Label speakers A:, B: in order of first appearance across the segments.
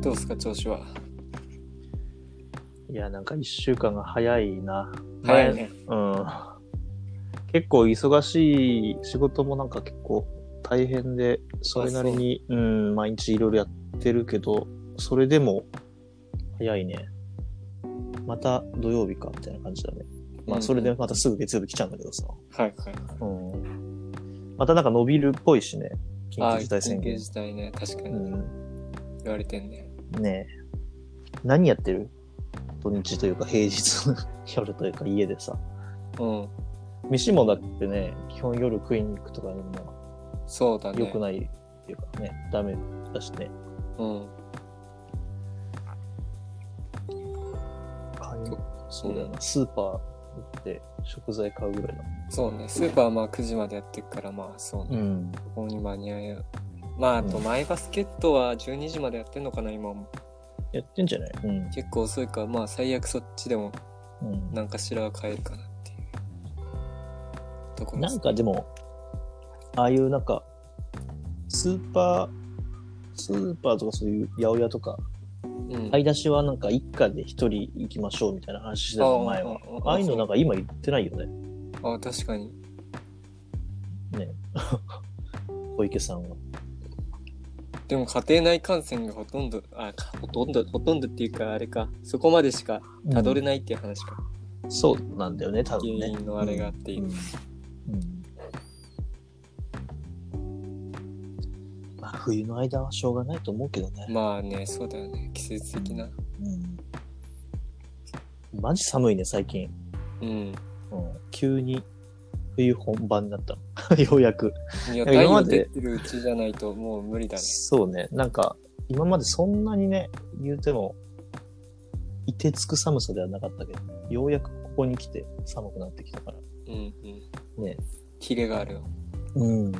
A: どうですか、調子は。
B: いや、なんか一週間が早いな。
A: 早いね。
B: うん。結構忙しい、仕事もなんか結構大変で、それなりに、うん、毎日いろいろやってるけど、それでも早いね。また土曜日か、みたいな感じだね。まあ、それで
A: うん
B: またすぐ月曜日来ちゃうんだけどさ。
A: はいはい。
B: うん。またなんか伸びるっぽいしね。緊急事態宣
A: あー緊急
B: 言。
A: 事態ね、確か
B: う
A: に
B: ん。
A: 言われてんね。
B: ねえ。何やってる土日というか平日の 夜というか家でさ。
A: うん。
B: 飯もだってね、基本夜食いに行くとかにも
A: そうだね。
B: 良くないっていうかね、ダメだしね。
A: うん。
B: 買い
A: そう
B: そうだよな。スーパー行って食材買うぐらいだ
A: そうね。スーパーはまあ9時までやってるから、まあそう
B: も
A: ね。
B: ん。うん。
A: ここに間に合う。まああと、
B: うん
A: マイバスケットは12時までやってんのかな、今も。
B: やってんじゃないうん。
A: 結構遅いから、まあ最悪そっちでも
B: うん
A: 何かしらは買えるかなっていうところ
B: なんかでも、ああいうなんか、スーパー、スーパーとかそういう八百屋とか、
A: うん
B: 買い出しはなんか一家で一人行きましょうみたいな話してたの前は。
A: ああ
B: ああいうのなん
A: か。
B: か今言ってないよね。
A: あ確かに。
B: ね。小池さんは。
A: でも家庭内感染がほとんど、あ、かほとんど、ほとんどっていうか、あれか、そこまでしかたどれないっていう話か。
B: そうなんだよね、多分ね。
A: 原因のあれがあっていい
B: うん
A: ね
B: うんまあ、冬の間はしょうがないと思うけどね。
A: まあね、そうだよね。季節的な。
B: うん、マジ寒いね、最近。
A: うん。
B: うん、急に冬本番になった の。ようやく。
A: いや、
B: いや
A: 太
B: 今ま
A: 陽
B: で
A: 出てるうちじゃないともう無理だね。
B: そうね。なんか、今までそんなにね、言うても、いてつく寒さではなかったけど、ようやくここに来て寒くなってきたから。
A: うんうん。
B: ね。
A: キレがあるよ。
B: うん。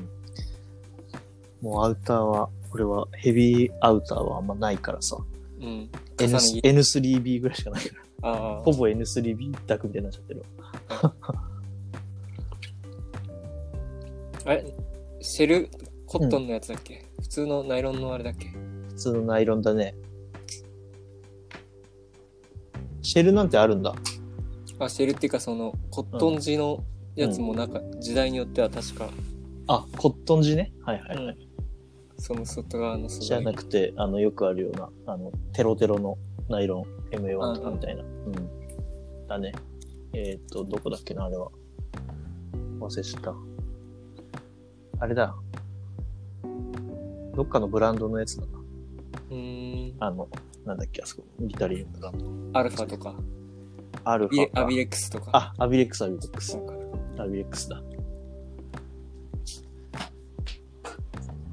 B: もうアウターは、これはヘビーアウターはあんまないからさ。
A: うん。重
B: N
A: ね着
B: N3B ぐらいしかないから。
A: あ
B: ほぼ N3B 一択みたいになっちゃってるわ。
A: あ。あれシェル、コットンのやつだっけ、普通のナイロンのあれだっけ
B: 普通のナイロンだね。シェルなんてあるんだ。
A: あ、シェルっていうかその、コットン地のやつもなんか、時代によっては確か、
B: あ、コットン地ね。はいはいはい。
A: その外側の素
B: じゃ
A: 材
B: なくて、あの、よくあるような、あの、テロテロのナイロン、MA1 とかみたいな。うん。だね。えーっと、どこだっけな、あれは。忘れちゃった。あれだ。どっかのブランドのやつだな。
A: うーん。
B: あの、なんだっけ、あそこ。ギタリンブランド。
A: アルファとか、
B: アルフ
A: ビレ
B: ァか
A: アビレックスとか。
B: あ、アビレックス、アビレックス
A: な。んか
B: アビレックスだ。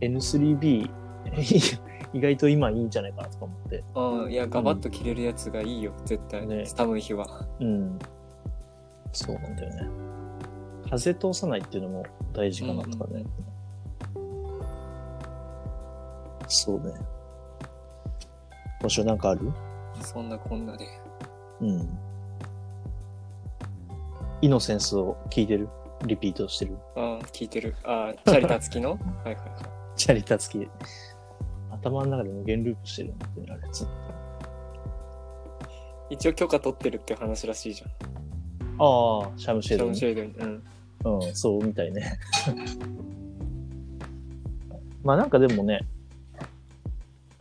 B: N3B、意 外と今いいんじゃないかなとか思って。
A: うん、いや、ガバッと着れるやつがいいよ、絶対。
B: ね
A: 寒い日は。
B: うん。そうなんだよね。風通さないっていうのも大事かなとかね。そうね。今週なんかある
A: そんなこんなで。
B: うん。イノセンスを聞いてるリピートしてる
A: あ聞いてる。あチャリタつ きのはいはいは
B: チャリタ付きで。頭の中で無限ループしてるんだよね、あれ。ずっと
A: い。一応許可取ってるって話らしいじゃん。
B: ああ、シャムシ
A: シ
B: ェ
A: ャ
B: ード、
A: ム
B: ね
A: シ。ェードに。うん。
B: うん、そうみたいね。 まあなんかでもね、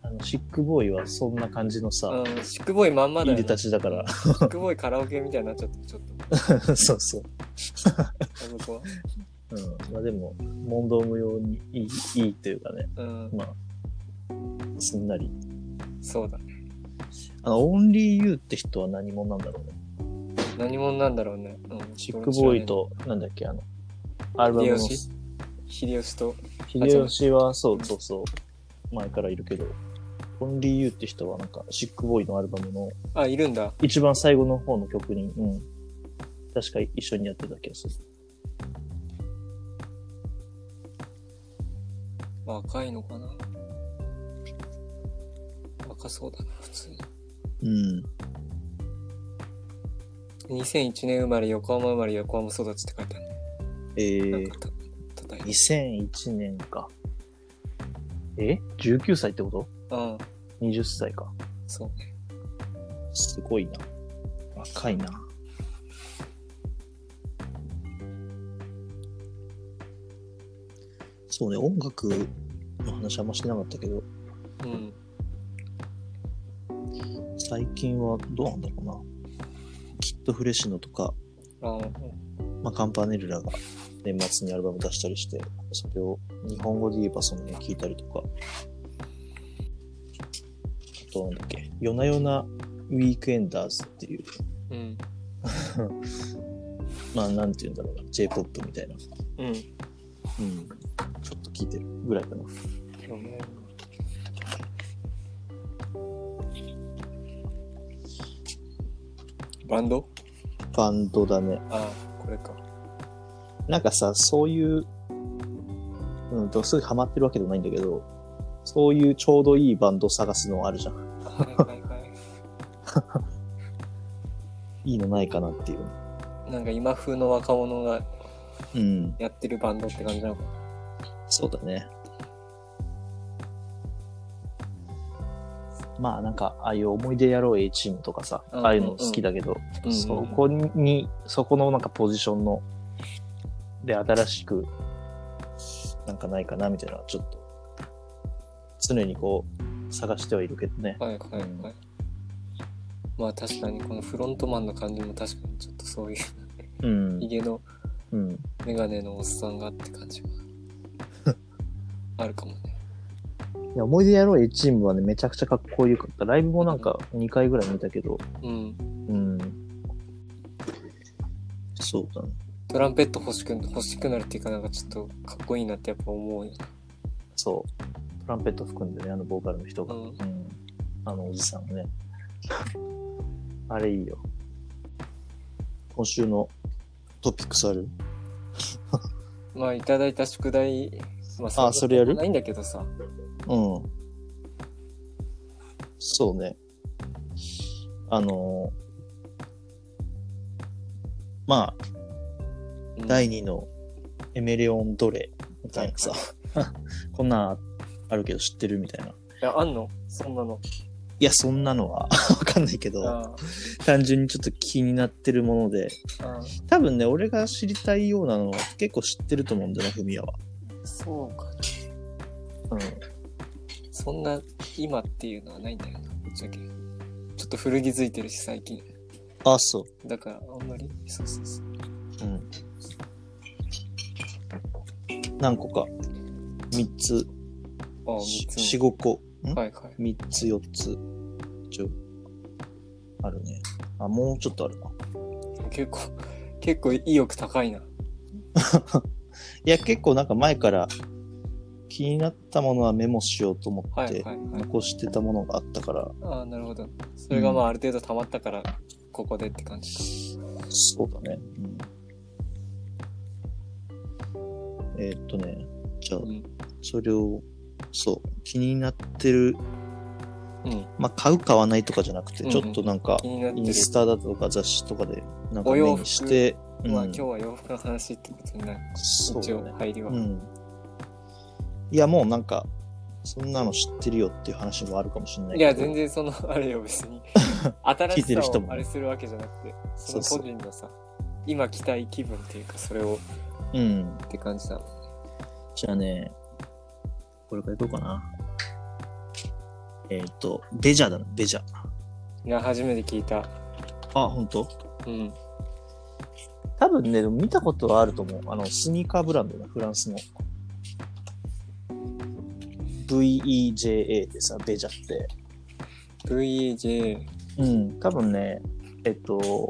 B: あのシックボーイはそんな感じのさ、
A: うん、シックボーイまんまだ
B: い
A: よ、ね。
B: でたちだから、
A: シックボーイカラオケみたいになっちゃってる、ちょっと。
B: そうそう。
A: あそこは。
B: うん、まあでも、問答無用にいいいいというかね、
A: うん、
B: まあ、すんなり。
A: そうだね。
B: あの、オンリーユーって人は何者なんだろうね。
A: 何者なんだろうね。うん、
B: シックボーイと、なんだっけ、あの、アルバム
A: 秀
B: の、
A: 吉秀吉と、
B: 秀吉はそうそうそう、前からいるけど、オンリーユーって人はなんか、シックボーイのアルバムの、
A: あ、いるんだ。
B: 一番最後の方の曲に、うん。確か一緒にやってた気がする。
A: 若いのかな。若そうだな、普通に。
B: うん。
A: 2001年生まれ、横浜生まれ、横浜育ちって書いてあるね。
B: え
A: なん
B: ー、
A: かた、叩いて。
B: 2001年か。え ?19 歳ってこと
A: うん。
B: 20歳か。
A: そう。
B: すごいな。若いな。そうね、音楽の話あんましてなかったけど、
A: うん。
B: 最近はどうなんだろうな。きっとフレッシュのとか、
A: あ
B: まあ、カンパネルラが年末にアルバム出したりして、それを日本語で言えばそのね、聞いたりとか、あとなんだっけ、夜な夜なウィークエンダーズっていう、
A: うん。
B: まあなんて言うんだろうな、J-POP みたいな、
A: うん。
B: うん、ちょっと聞いてるぐらいかな。
A: バンド
B: バンドだね。
A: あこれか。
B: なんかさ、そういう、うんと、すぐハマってるわけでもないんだけど、そういうちょうどいいバンド探すのあるじゃん。
A: はいはいはい
B: いのないかなっていう。
A: い。なんか今風の若者が
B: うん。
A: やってるバンドって感じなのかな。
B: そうだね。まあなんか、ああいう思い出やろう A チームとかさ、
A: うんうんうん
B: ああいうの好きだけど、
A: うん
B: そこに、そこのなんかポジションの、で、新しく、なんかないかなみたいなのはちょっと、常にこう、探してはいるけどね。
A: はいはいはい。まあ確かにこのフロントマンの感じも確かにちょっとそういう
B: うん
A: ヒ。ゲの
B: うん。
A: メガネのおっさんがって感じが あるかもね。
B: いや思い出やろう A チームはね、めちゃくちゃかっこよかった。ライブもなんか2回ぐらい見たけど、
A: うん。
B: うん。そうだね。
A: トランペット欲しく欲しくなるっていうかなんかちょっとかっこいいなってやっぱ思うよね。
B: そう。トランペット含んでね、あのボーカルの人
A: う
B: が。
A: ん。
B: うん。あのおじさんね。あれいいよ。今週のトピックスある
A: まあいただいた宿題、ま
B: あそれやる
A: ないんだけどさ。
B: うん。そうね。あのーまあ、
A: うん
B: 第2のエメレオンどれみたいなさ、 こんなんあるけど知ってるみたいな。
A: いや、あんのそんなの。
B: いや、そんなのは わかんないけど。
A: あ
B: 単純にちょっと気になってるもので、
A: あ、
B: 多分ね、俺が知りたいようなのは結構知ってると思うんだよな、フミヤは。
A: そうか。
B: うん。
A: そんな今っていうのはないんだよな、ぶっちゃけ。ちょっと古着づいてるし、最近。
B: あ、そ
A: だから、あんまり、そうそうそう。
B: う。うん。何個か。三つ、
A: ああ、
B: し
A: 3つ
B: 四五個。ん
A: はいはい。
B: 三つ、四つ。ちょ、あるね。あ、もうちょっとあるな。
A: 結構、結構意欲高いな。
B: いや、結構なんか前から気になったものはメモしようと思
A: は
B: っ
A: い
B: て、
A: はいはい。
B: 残してたものがあったから、
A: ああ、なるほど。それがまあ、ある程度溜まったから、ここでって感じか。
B: そうだね。うん、えーっとね、じゃあ
A: う、ん。
B: それを、そう、気になってる、
A: うん。
B: まあ、買う、買わないとかじゃなくて、
A: うん
B: ちょっとなんか
A: 気、になって
B: イン
A: る。
B: スタだとか雑誌とかで、なんか
A: お
B: 目
A: 洋服
B: にして、うん、
A: まあ、今日は洋服の話ってことになる。
B: そう
A: 一
B: だ
A: 応
B: ね。、
A: 入りは。
B: うん。いや、もうなんか、そんなの知ってるよっていう話もあるかもしれない
A: い
B: けど。
A: や、全然その、あれよ、別 に。新
B: 聞いてる
A: しさ
B: 人
A: を
B: も
A: あれするわけじゃなくて、そ
B: そう
A: の
B: そう
A: 個人のさ、今着たい気分っていうか、それを
B: うん。
A: って感じだもん。
B: じゃあね、これからいこうかな。えーっ、と、ベジャだな、ベジャ。
A: いや、初めて聞いた。
B: あ、本当。
A: うん。
B: 多分ね、でも見たことはあると思う。あの、スニーカーブランドだ、フランスの。VEJA でさ、ベジャって。
A: VEJ。
B: うん、多分ね、えっと、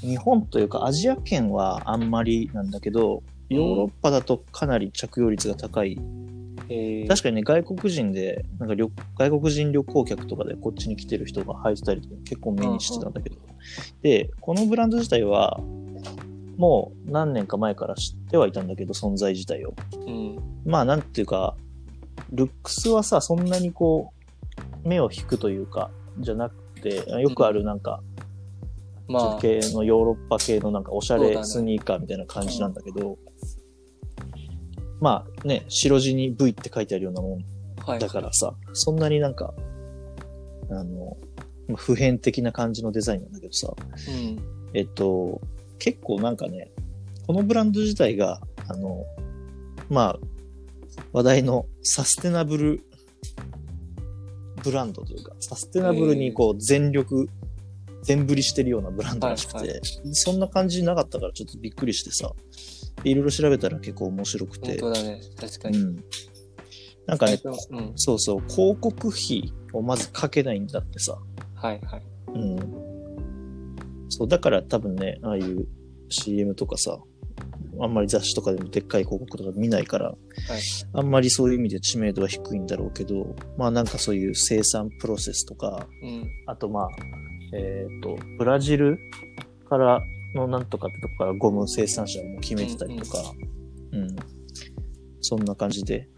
B: 日本というかアジア圏はあんまりなんだけど、ヨーロッパだとかなり着用率が高い。
A: えー、
B: 確かにね、外国人で、なんか旅外国人旅行客とかでこっちに来てる人が履いてたりとか結構目にしてたんだけど。で、このブランド自体は、もう何年か前から知ってはいたんだけど、存在自体を。
A: うん。
B: まあ、なんていうか、ルックスはさ、そんなにこう、目を引くというか、じゃなくて、よくあるなんか、
A: まあ、
B: 系のヨーロッパ系のなんかおしゃ
A: そうだ
B: れ
A: ね
B: スニーカーみたいな感じなんだけど、まあね、白地に V って書いてあるようなもん
A: はい。
B: だからさ、そんなになんか、あの、まあ普遍的な感じのデザインなんだけどさ、
A: うん。
B: えっと、結構なんかね、このブランド自体が、あの、まあ、話題のサステナブルブランドというか、サステナブルにこう全力、全振りしてるようなブランドらしくて、
A: はい
B: そんな感じなかったからちょっとびっくりしてさ、でいろいろ調べたら結構面白く
A: 本
B: て、
A: 当だね。確か
B: う
A: に。
B: ん。なんかね、
A: うん。
B: そうそう、広告費をまずかけないんだってさ、
A: はいはい。
B: うん。そう、だから多分ね、ああいう CM とかさ、あんまり雑誌とかでもでっかい広告とか見ないから、あんまりそういう意味で知名度は低いんだろうけど、まあなんかそういう生産プロセスとか、
A: うん。
B: あとまあ、えっ、と、ブラジルからのなんとかってとこからゴム生産者も決めてたりとか、うん、そんな感じで。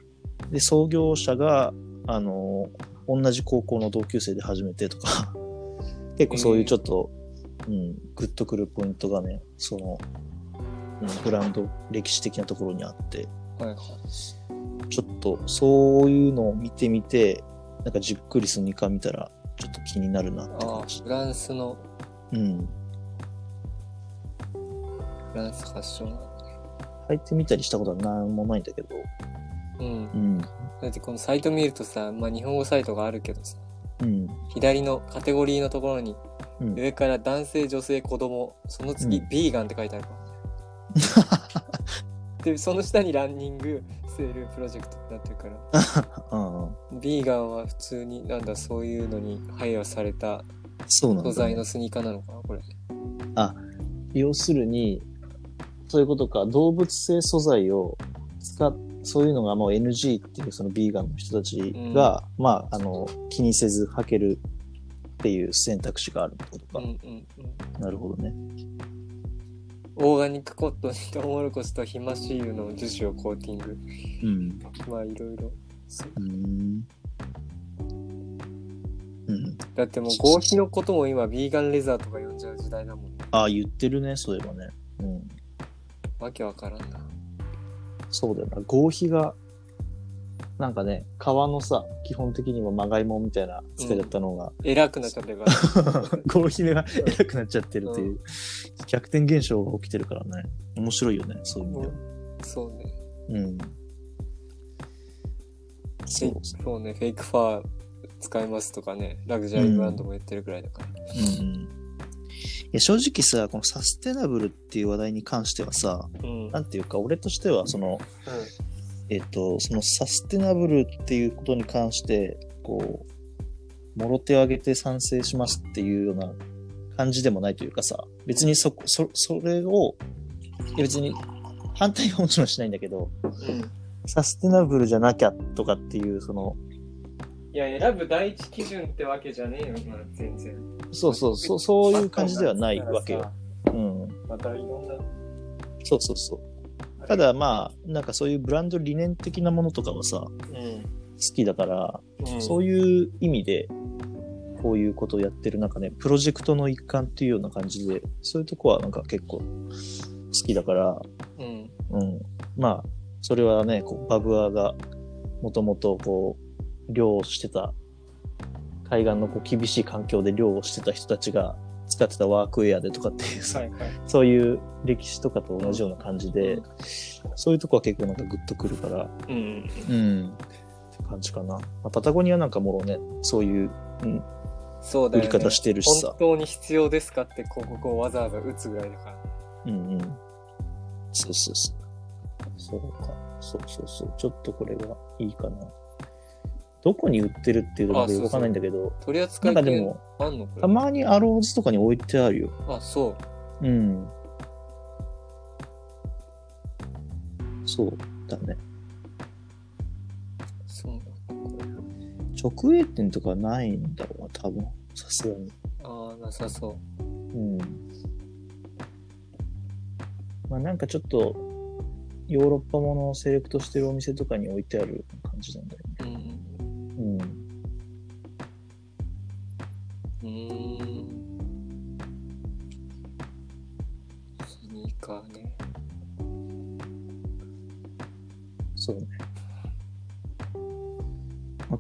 B: で、創業者が、あの、同じ高校の同級生で始めてとか、 結構そういうちょっと、うん、グッとくるポイントがね、その、うんブランド、歴史的なところにあって、
A: はいはい。
B: ちょっとそういうのを見てみて、なんかじっくりスニーカー見たら、ちょっと気になるなって
A: あ
B: 感
A: あ、
B: じ。
A: フランスの、
B: うん。
A: フランス発祥なんだ
B: 履いてみたりしたことは何もないんだけど。
A: うん。
B: うん。
A: だってこのサイト見るとさ、まあ日本語サイトがあるけどさ、
B: うん。
A: 左のカテゴリーのところに、
B: うん
A: 上から男性、女性、子供、その次、
B: うん
A: ビーガンって書いてあるから。 で、その下にランニング、セール、プロジェクトってなってるから、
B: ああ、
A: ビーガンは普通に、なんだ、そういうのに配慮された
B: そうなんだ、
A: 素材のスニーカーなのかな、これ。
B: 要するに、そういうことか、動物性素材を使っ、そういうのがもう NG っていうそのビーガンの人たちが、まあ、あの、気にせず履けるっていう選択肢があるってこと
A: う
B: か。
A: んうんうん。
B: なるほどね。
A: オーガニックコットンにトウモロコシとヒマシールの樹脂をコーティング。
B: うん。
A: まあいろいろ。そう
B: うん。うん。
A: だってもう合皮のことも今、ビーガンレザーとか呼んじゃう時代だもんね。
B: ああ、言ってるね、そういえばね。うん。
A: わけわからんな。
B: そうだよな。合皮が、なんかね、皮のさ、基本的にはまがいもんみたいな使いだったのが、
A: 偉くなっちゃって るから。
B: 合皮が偉くなっちゃってるという、逆転現象が起きてるからね。面白いよね、そういう意味では。
A: そうね。
B: うん。そう。
A: そうね、フェイクファー使いますとかね、ラグジュアリーブランドも言ってるくらいだから。
B: うんうん。いや正直さ、このサステナブルっていう話題に関してはさ、
A: うん。うん
B: なんていうか、俺としては、その、えっと、そのサステナブルっていうことに関して、こう、もろ手を挙げて賛成しますっていうような感じでもないというかさ、別にそこ、そ、それを、いや別に反対はもちろんしないんだけど、
A: うん
B: サステナブルじゃなきゃとかっていう、その、
A: いや、選ぶ第一基準ってわけじゃねえよ、今、全然。
B: そうそう、そう、そういう感じではないわけよ。。うん。
A: またいろんな。
B: そうそうそう。ただまあ、なんかそういうブランド理念的なものとかはさ、
A: う
B: 好
A: ん。
B: きだから、
A: うん、
B: そういう意味で、こういうことをやってる中ね、プロジェクトの一環っていうような感じで、そういうとこはなんか結構好きだから、
A: うん。
B: うん。まあ、それはね、こうバブアーがもともとこう、漁をしてた、海岸のこう厳しい環境で漁をしてた人たちが使ってたワークウェアでとかっていうさ、
A: はいはい。
B: そういう歴史とかと同じような感じで、そういうとこは結構なんかグッとくるから、
A: うん。
B: うん。って感じかな。まあ、パタゴニアなんかもろね、そういう、うん、
A: そうだ
B: 売
A: よ、
B: り
A: ね。
B: 方してるしさ
A: 本。当に必要ですかって広告をわざわざ打つぐらいだから。
B: うんうん。そうそうそう。そうか。そうそうそう。ちょっとこれはいいかな。どこに売ってるっていうの
A: あ
B: がよくわかんないんだけど、
A: 取り扱
B: な
A: い
B: んかで
A: 権
B: も、
A: あんのこ
B: たまにアローズとかに置いてあるよ。
A: れ。あ、そう。
B: うん。そうだね。
A: そうなんだ。これ
B: 直営店とかないんだろうな、多分。さすがに。
A: ああ、なさそう。
B: うん。まあなんかちょっと、ヨーロッパものをセレクトしてるお店とかに置いてある感じなんだよね。
A: うんうん。
B: うん。
A: うーん。スニーカーね。
B: そうね。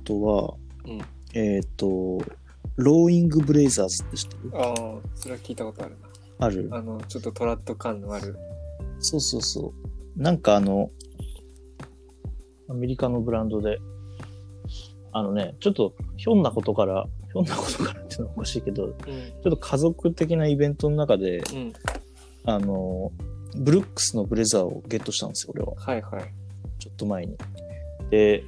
B: とは、
A: うん
B: えっ、と、ローイングブレイザーズって知ってる
A: ああ、それは聞いたことあるな。
B: ある
A: あの、ちょっとトラット感のある。
B: そうそうそう。なんかあの、アメリカのブランドで、あのね、ちょっとひょんなことから、ひょんなことからっていうのはおかしいけど、ち
A: うん。
B: ょっと家族的なイベントの中で、
A: うん。
B: あの、ブルックスのブレザーをゲットしたんですよ、俺は。
A: はいはい。
B: ちょっと前に。で、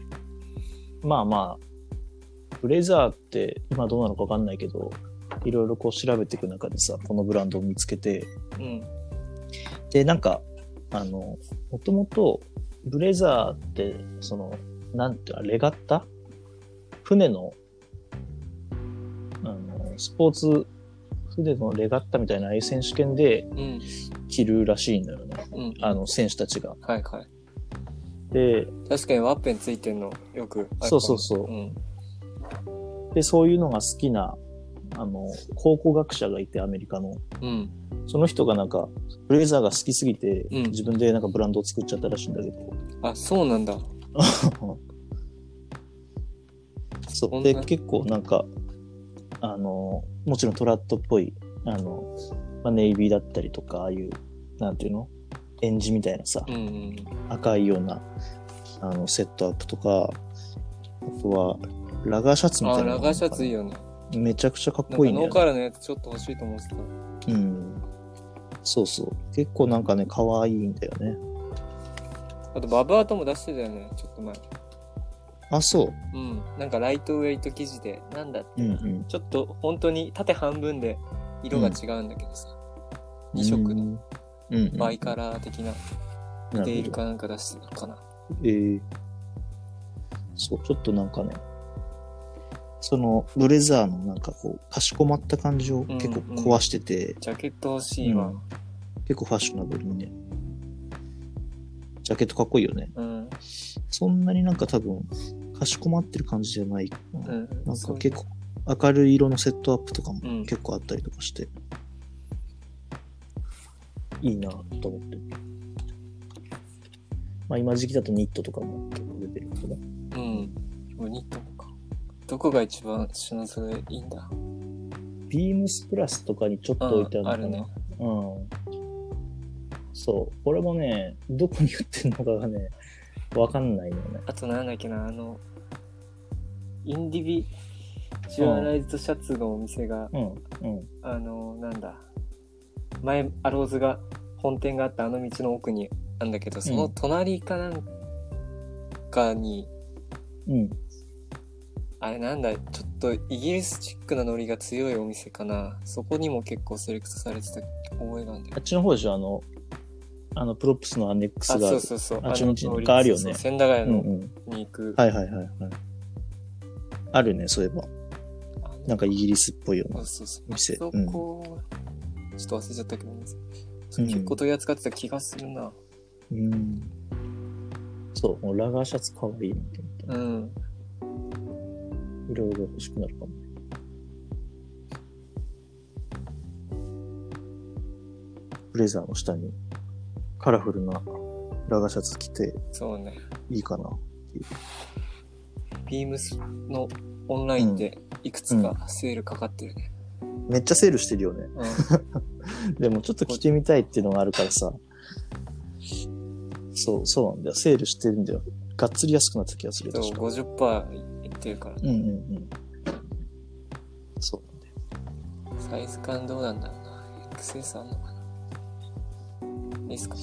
B: まあまあ、ブレザーって今どうなのかわかんないけど、いろいろこう調べていく中でさ、このブランドを見つけて、
A: うん。
B: で、なんか、あの、もともと、ブレザーって、その、なんていうの、レガッタ船の、あの、スポーツ、船のレガッタみたいな、ああいう選手権で
A: うん。
B: 着るらしいんだよね。
A: うん。
B: あの、選手たちが。
A: はいはい。
B: で、
A: 確かにワッペンついてんのよくあるかも
B: そうそうそう
A: うん、
B: で、そういうのが好きな、あの、考古学者がいて、アメリカの。
A: うん、
B: その人がなんか、ブレザーが好きすぎて、
A: うん
B: 自分でなんかブランドを作っちゃったらしいんだけど。
A: あそうなんだ
B: そ
A: こ
B: うんで
A: な
B: 結構なんかあのもちろんトラットっぽいあの、まあ、ネイビーだったりとかああいうなんていうのエンジみたいなさ
A: うんうん
B: 赤いようなあのセットアップとかあとはラガーシャツみたい
A: あ
B: なの
A: ラガーシャツいいよね
B: めちゃくちゃかっ
A: なん
B: こ
A: か
B: いい
A: ノ
B: ね
A: ーカラーのやつちょっと欲しいと思うんですけど
B: うんそうそう結構なんかね可愛いんだよね
A: あとバブアートも出してたよねちょっと前
B: あそう
A: うんなんかライトウェイト生地でなんだって、
B: うんうん
A: ちょっと本当に縦半分で色が違うんだけどさ、二色の
B: のうんうん
A: バイカラー的な
B: なるほど
A: デイルかなんか出してたのかな
B: えーそう、ちょっとなんかね、そのブレザーのなんかこう、かしこまった感じを結構壊してて、
A: ジャケット欲しいわ
B: うん結構ファッショナブルにね、ジャケットかっこいいよね。
A: うん
B: そんなになんか多分、かしこまってる感じじゃないかな。
A: うん、
B: なん
A: そ
B: か
A: う
B: 結構、明るい色のセットアップとかも
A: うん
B: 結構あったりとかして、いいなと思って。まあ今時期だとニットとかも結構出てるけどね。
A: うんユニットもかどこが一番品揃えいいんだ
B: ビームスプラスとかにちょっと置いてある
A: うん
B: の
A: あ
B: かな。うん。そう。これもね、どこに売ってるのかがね、わかんないのよね。
A: あとなんだっけな、あの、インディビジュアライズドシャツのお店が、
B: うん。うん。
A: あの、なんだ、前、アローズが本店があったあの道の奥にあんだけど、その隣かなんかに、
B: うん。
A: あれなんだ、ちょっとイギリスチックなノリが強いお店かな。そこにも結構セレクトされてた覚えがあるんだよ
B: あ。っちの方でしょ、あの、あの、プロップスのアネックス
A: あ、
B: があ
A: そ
B: る。
A: うそうそう。
B: あっちの道
A: ノリ
B: があるよね
A: そうそう千駄ヶ
B: うん
A: 谷の
B: うん。
A: に行く。
B: はいはいはいはい。あるね、そういえば。
A: あの
B: なんかイギリスっぽいよう
A: そ
B: な
A: う。そうそう。
B: 店
A: そ
B: うん
A: こ、ちょっと忘れちゃったけど、
B: うん
A: 結構取り扱ってた気がするな。
B: うん。そう、もうラガーシャツかわいいなって思って
A: うん。
B: いろいろ欲しくなるかも。ブレザーの下にカラフルなラガーシャツ着て
A: そうね。
B: いいかな。
A: ビームスのオンラインでいくつかセールかかってるね。
B: めっちゃセールしてるよね。
A: うん。
B: でもちょっと着てみたいっていうのがあるからさ。そう、そうなんだよ。セールしてるんだよ。がっつり安くなった気がする。
A: そう
B: 確か
A: 50%いってるから。
B: うんうんうん。そうなんだよ。
A: サイズ感どうなんだろうな。XS あんのかな。いいっすか。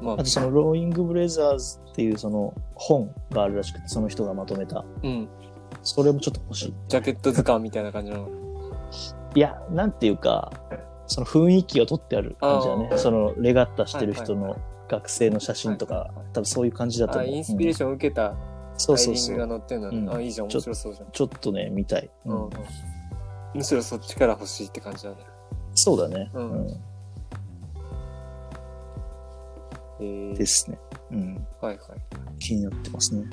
A: まあ
B: あと、そのローイングブレザーズっていうその本があるらしくて、その人がまとめた。
A: うん。
B: それもちょっと欲しい。
A: ジャケット図鑑みたいな感じの。
B: いや、なんていうか、その雰囲気を取ってある感じだね
A: あ。ー
B: そのレガッタしてる人
A: はい
B: の学生の写真と
A: はい
B: か
A: はいはい、
B: 多分そういう感じだと
A: あ、
B: 思う。
A: インスピレー
B: ョン。
A: ションを受けた
B: そ
A: タ
B: う
A: イ
B: そう
A: リン
B: そ
A: グ
B: う
A: が。載ってるの
B: うん
A: ね。あ、いいじゃん。
B: ちょ
A: 面白そうじゃん。
B: ちょっとね、見たい。う
A: うん
B: ん。
A: むしろそっちから欲しいって感じだね。
B: そうだね。
A: うん
B: う
A: え
B: ん
A: ー
B: で、すね。うん。
A: はいはい。
B: 気になってますね。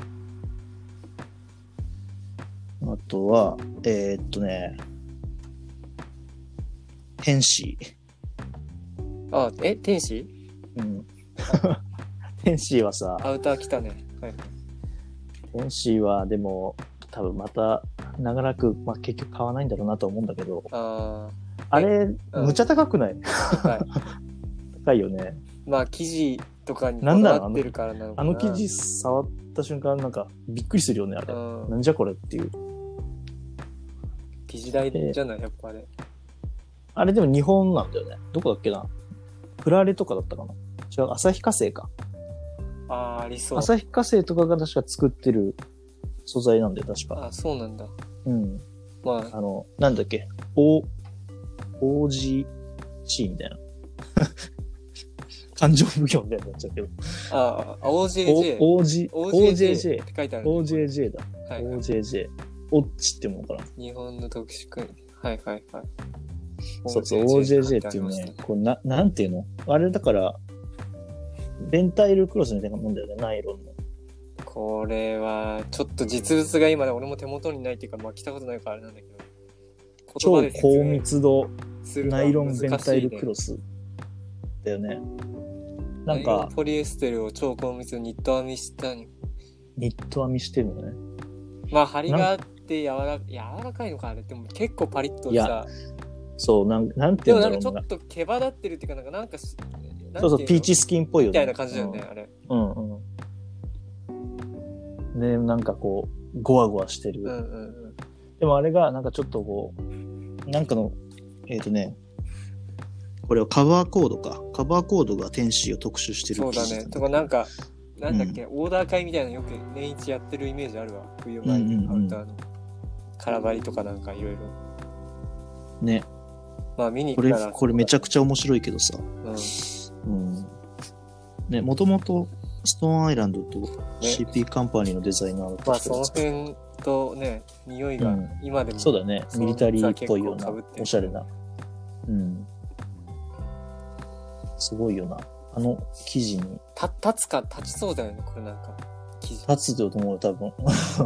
B: あとは、えーっとね、天使。
A: あ、え、天使
B: うん。 天使はさ、
A: アウター来たね。はい。
B: 天使はでも、多分また長らく、まあ、結局買わないんだろうなと思うんだけど
A: あ
B: あれ、
A: うん
B: むちゃ高くない
A: あ、高い。
B: 高いよね
A: まあ、生地とかにこ
B: なん
A: だ
B: だろう
A: わってるからなのか
B: あ
A: な。
B: の生地触った瞬間なんかびっくりするよねあれ、
A: うん
B: なんじゃこれっていう
A: 生地代じゃない、やっぱあれ。
B: あれでも日本なんだよねどこだっけなフラレとかだったかな違う旭化成か
A: ああ、ありそう。
B: 旭化成とかが確か作ってる素材なんだよ確か
A: あそうなんだ。
B: うん
A: まあ、
B: あのなんだっけ O OGC みたいな 感情奉行みたいになっちゃうけど
A: ああ、OJJ。
B: O- OG
A: OJJ
B: OJJ
A: って書いてある。
B: OJJ だ。
A: はいはい
B: OJJ。オッチってものかな。
A: 日本の特殊訓練。はいはいはい。
B: そうそう、
A: 書
B: OJJ
A: てあ
B: って
A: り
B: いう
A: ました
B: ね、こうな、なんていうのあれだから、レンタイルクロスみたいなもんだよね、ナイロンの。
A: これは、ちょっと実物が今ね、俺も手元にないっていうか、まあ、来たことないからあれなんだけど。
B: 超
A: 言葉で説明
B: 高密度
A: するのは
B: ナイロン
A: 難しい
B: レ
A: ね
B: ンタイルクロスだよね。なん
A: ナイロ
B: か
A: ン、ポリエステルを超高密にニット編みしたに。
B: ニット編みしてるのね。
A: まあ、張りがあって柔ら柔らかいのか、あれ。でも結構パリッと
B: い
A: さ
B: や。そう、なん、なんてい
A: で
B: う
A: も
B: ん
A: な
B: だ
A: ん
B: ろ
A: か
B: う
A: ちょ
B: な
A: っ。と毛羽立ってるっていうか、なんか、なんかし、なん
B: そうそ
A: てい
B: う、
A: の
B: ピーチスキンっぽいよ
A: み
B: ね。
A: たいな感じだよね、あれ。
B: うん。うんうん。で、なんかこう、ゴワゴワしてる。
A: うんうんうん。
B: でもあれが、なんかちょっとこう、なんかの、えっ、とね、これはカバーコードか。カバーコードが天使を特集してる
A: そうだ
B: 記
A: ね。
B: 事
A: とか、なんか、なんだっけ、オーダー会みたいなのよく年一やってるイメージあるわ。冬場
B: うん
A: に
B: うん
A: ア
B: うん
A: ウターの。空張りとかなんかいろいろ。
B: ね、
A: まあ見に
B: こ
A: 行っ
B: れ、
A: たら。
B: これめちゃくちゃ面白いけどさ。
A: うん。
B: うん。ね、もともと、ストーンアイランドと CP カンパニーのデザイナーだった
A: まあ
B: 人
A: そ
B: が
A: の
B: 作っ
A: 辺とね、匂いが
B: うん
A: 今でも。
B: そうだね、
A: その
B: ミリタリーっぽいよう
A: さ
B: な
A: 結構被って、る
B: おしゃれな。うん。すごいよな。あの記事に
A: た立つか、立ちそうだよね、これなんか。生地。
B: 立つと思うよ、多分。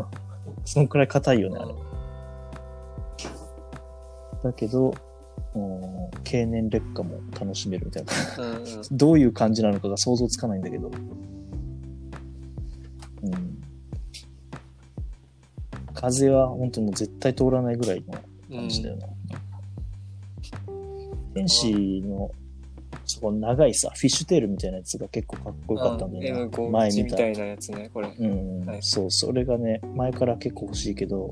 B: そのくらい硬いよね、あれ。
A: う
B: だけど、うん経年劣化も楽しめるみたいな。
A: んうんうん。
B: どういう感じなのかが想像つかないんだけど。うん。風は本当にもう絶対通らないぐらいの
A: う
B: 感
A: ん
B: じだよな。天使の、そこの長いさ、フィッシュテールみたいなやつが結構かっこよかったんだよね。前
A: M51
B: 見
A: み
B: た
A: たいなやつね、これ。
B: うん、
A: はい
B: そう、それがね、前から結構欲しいけど、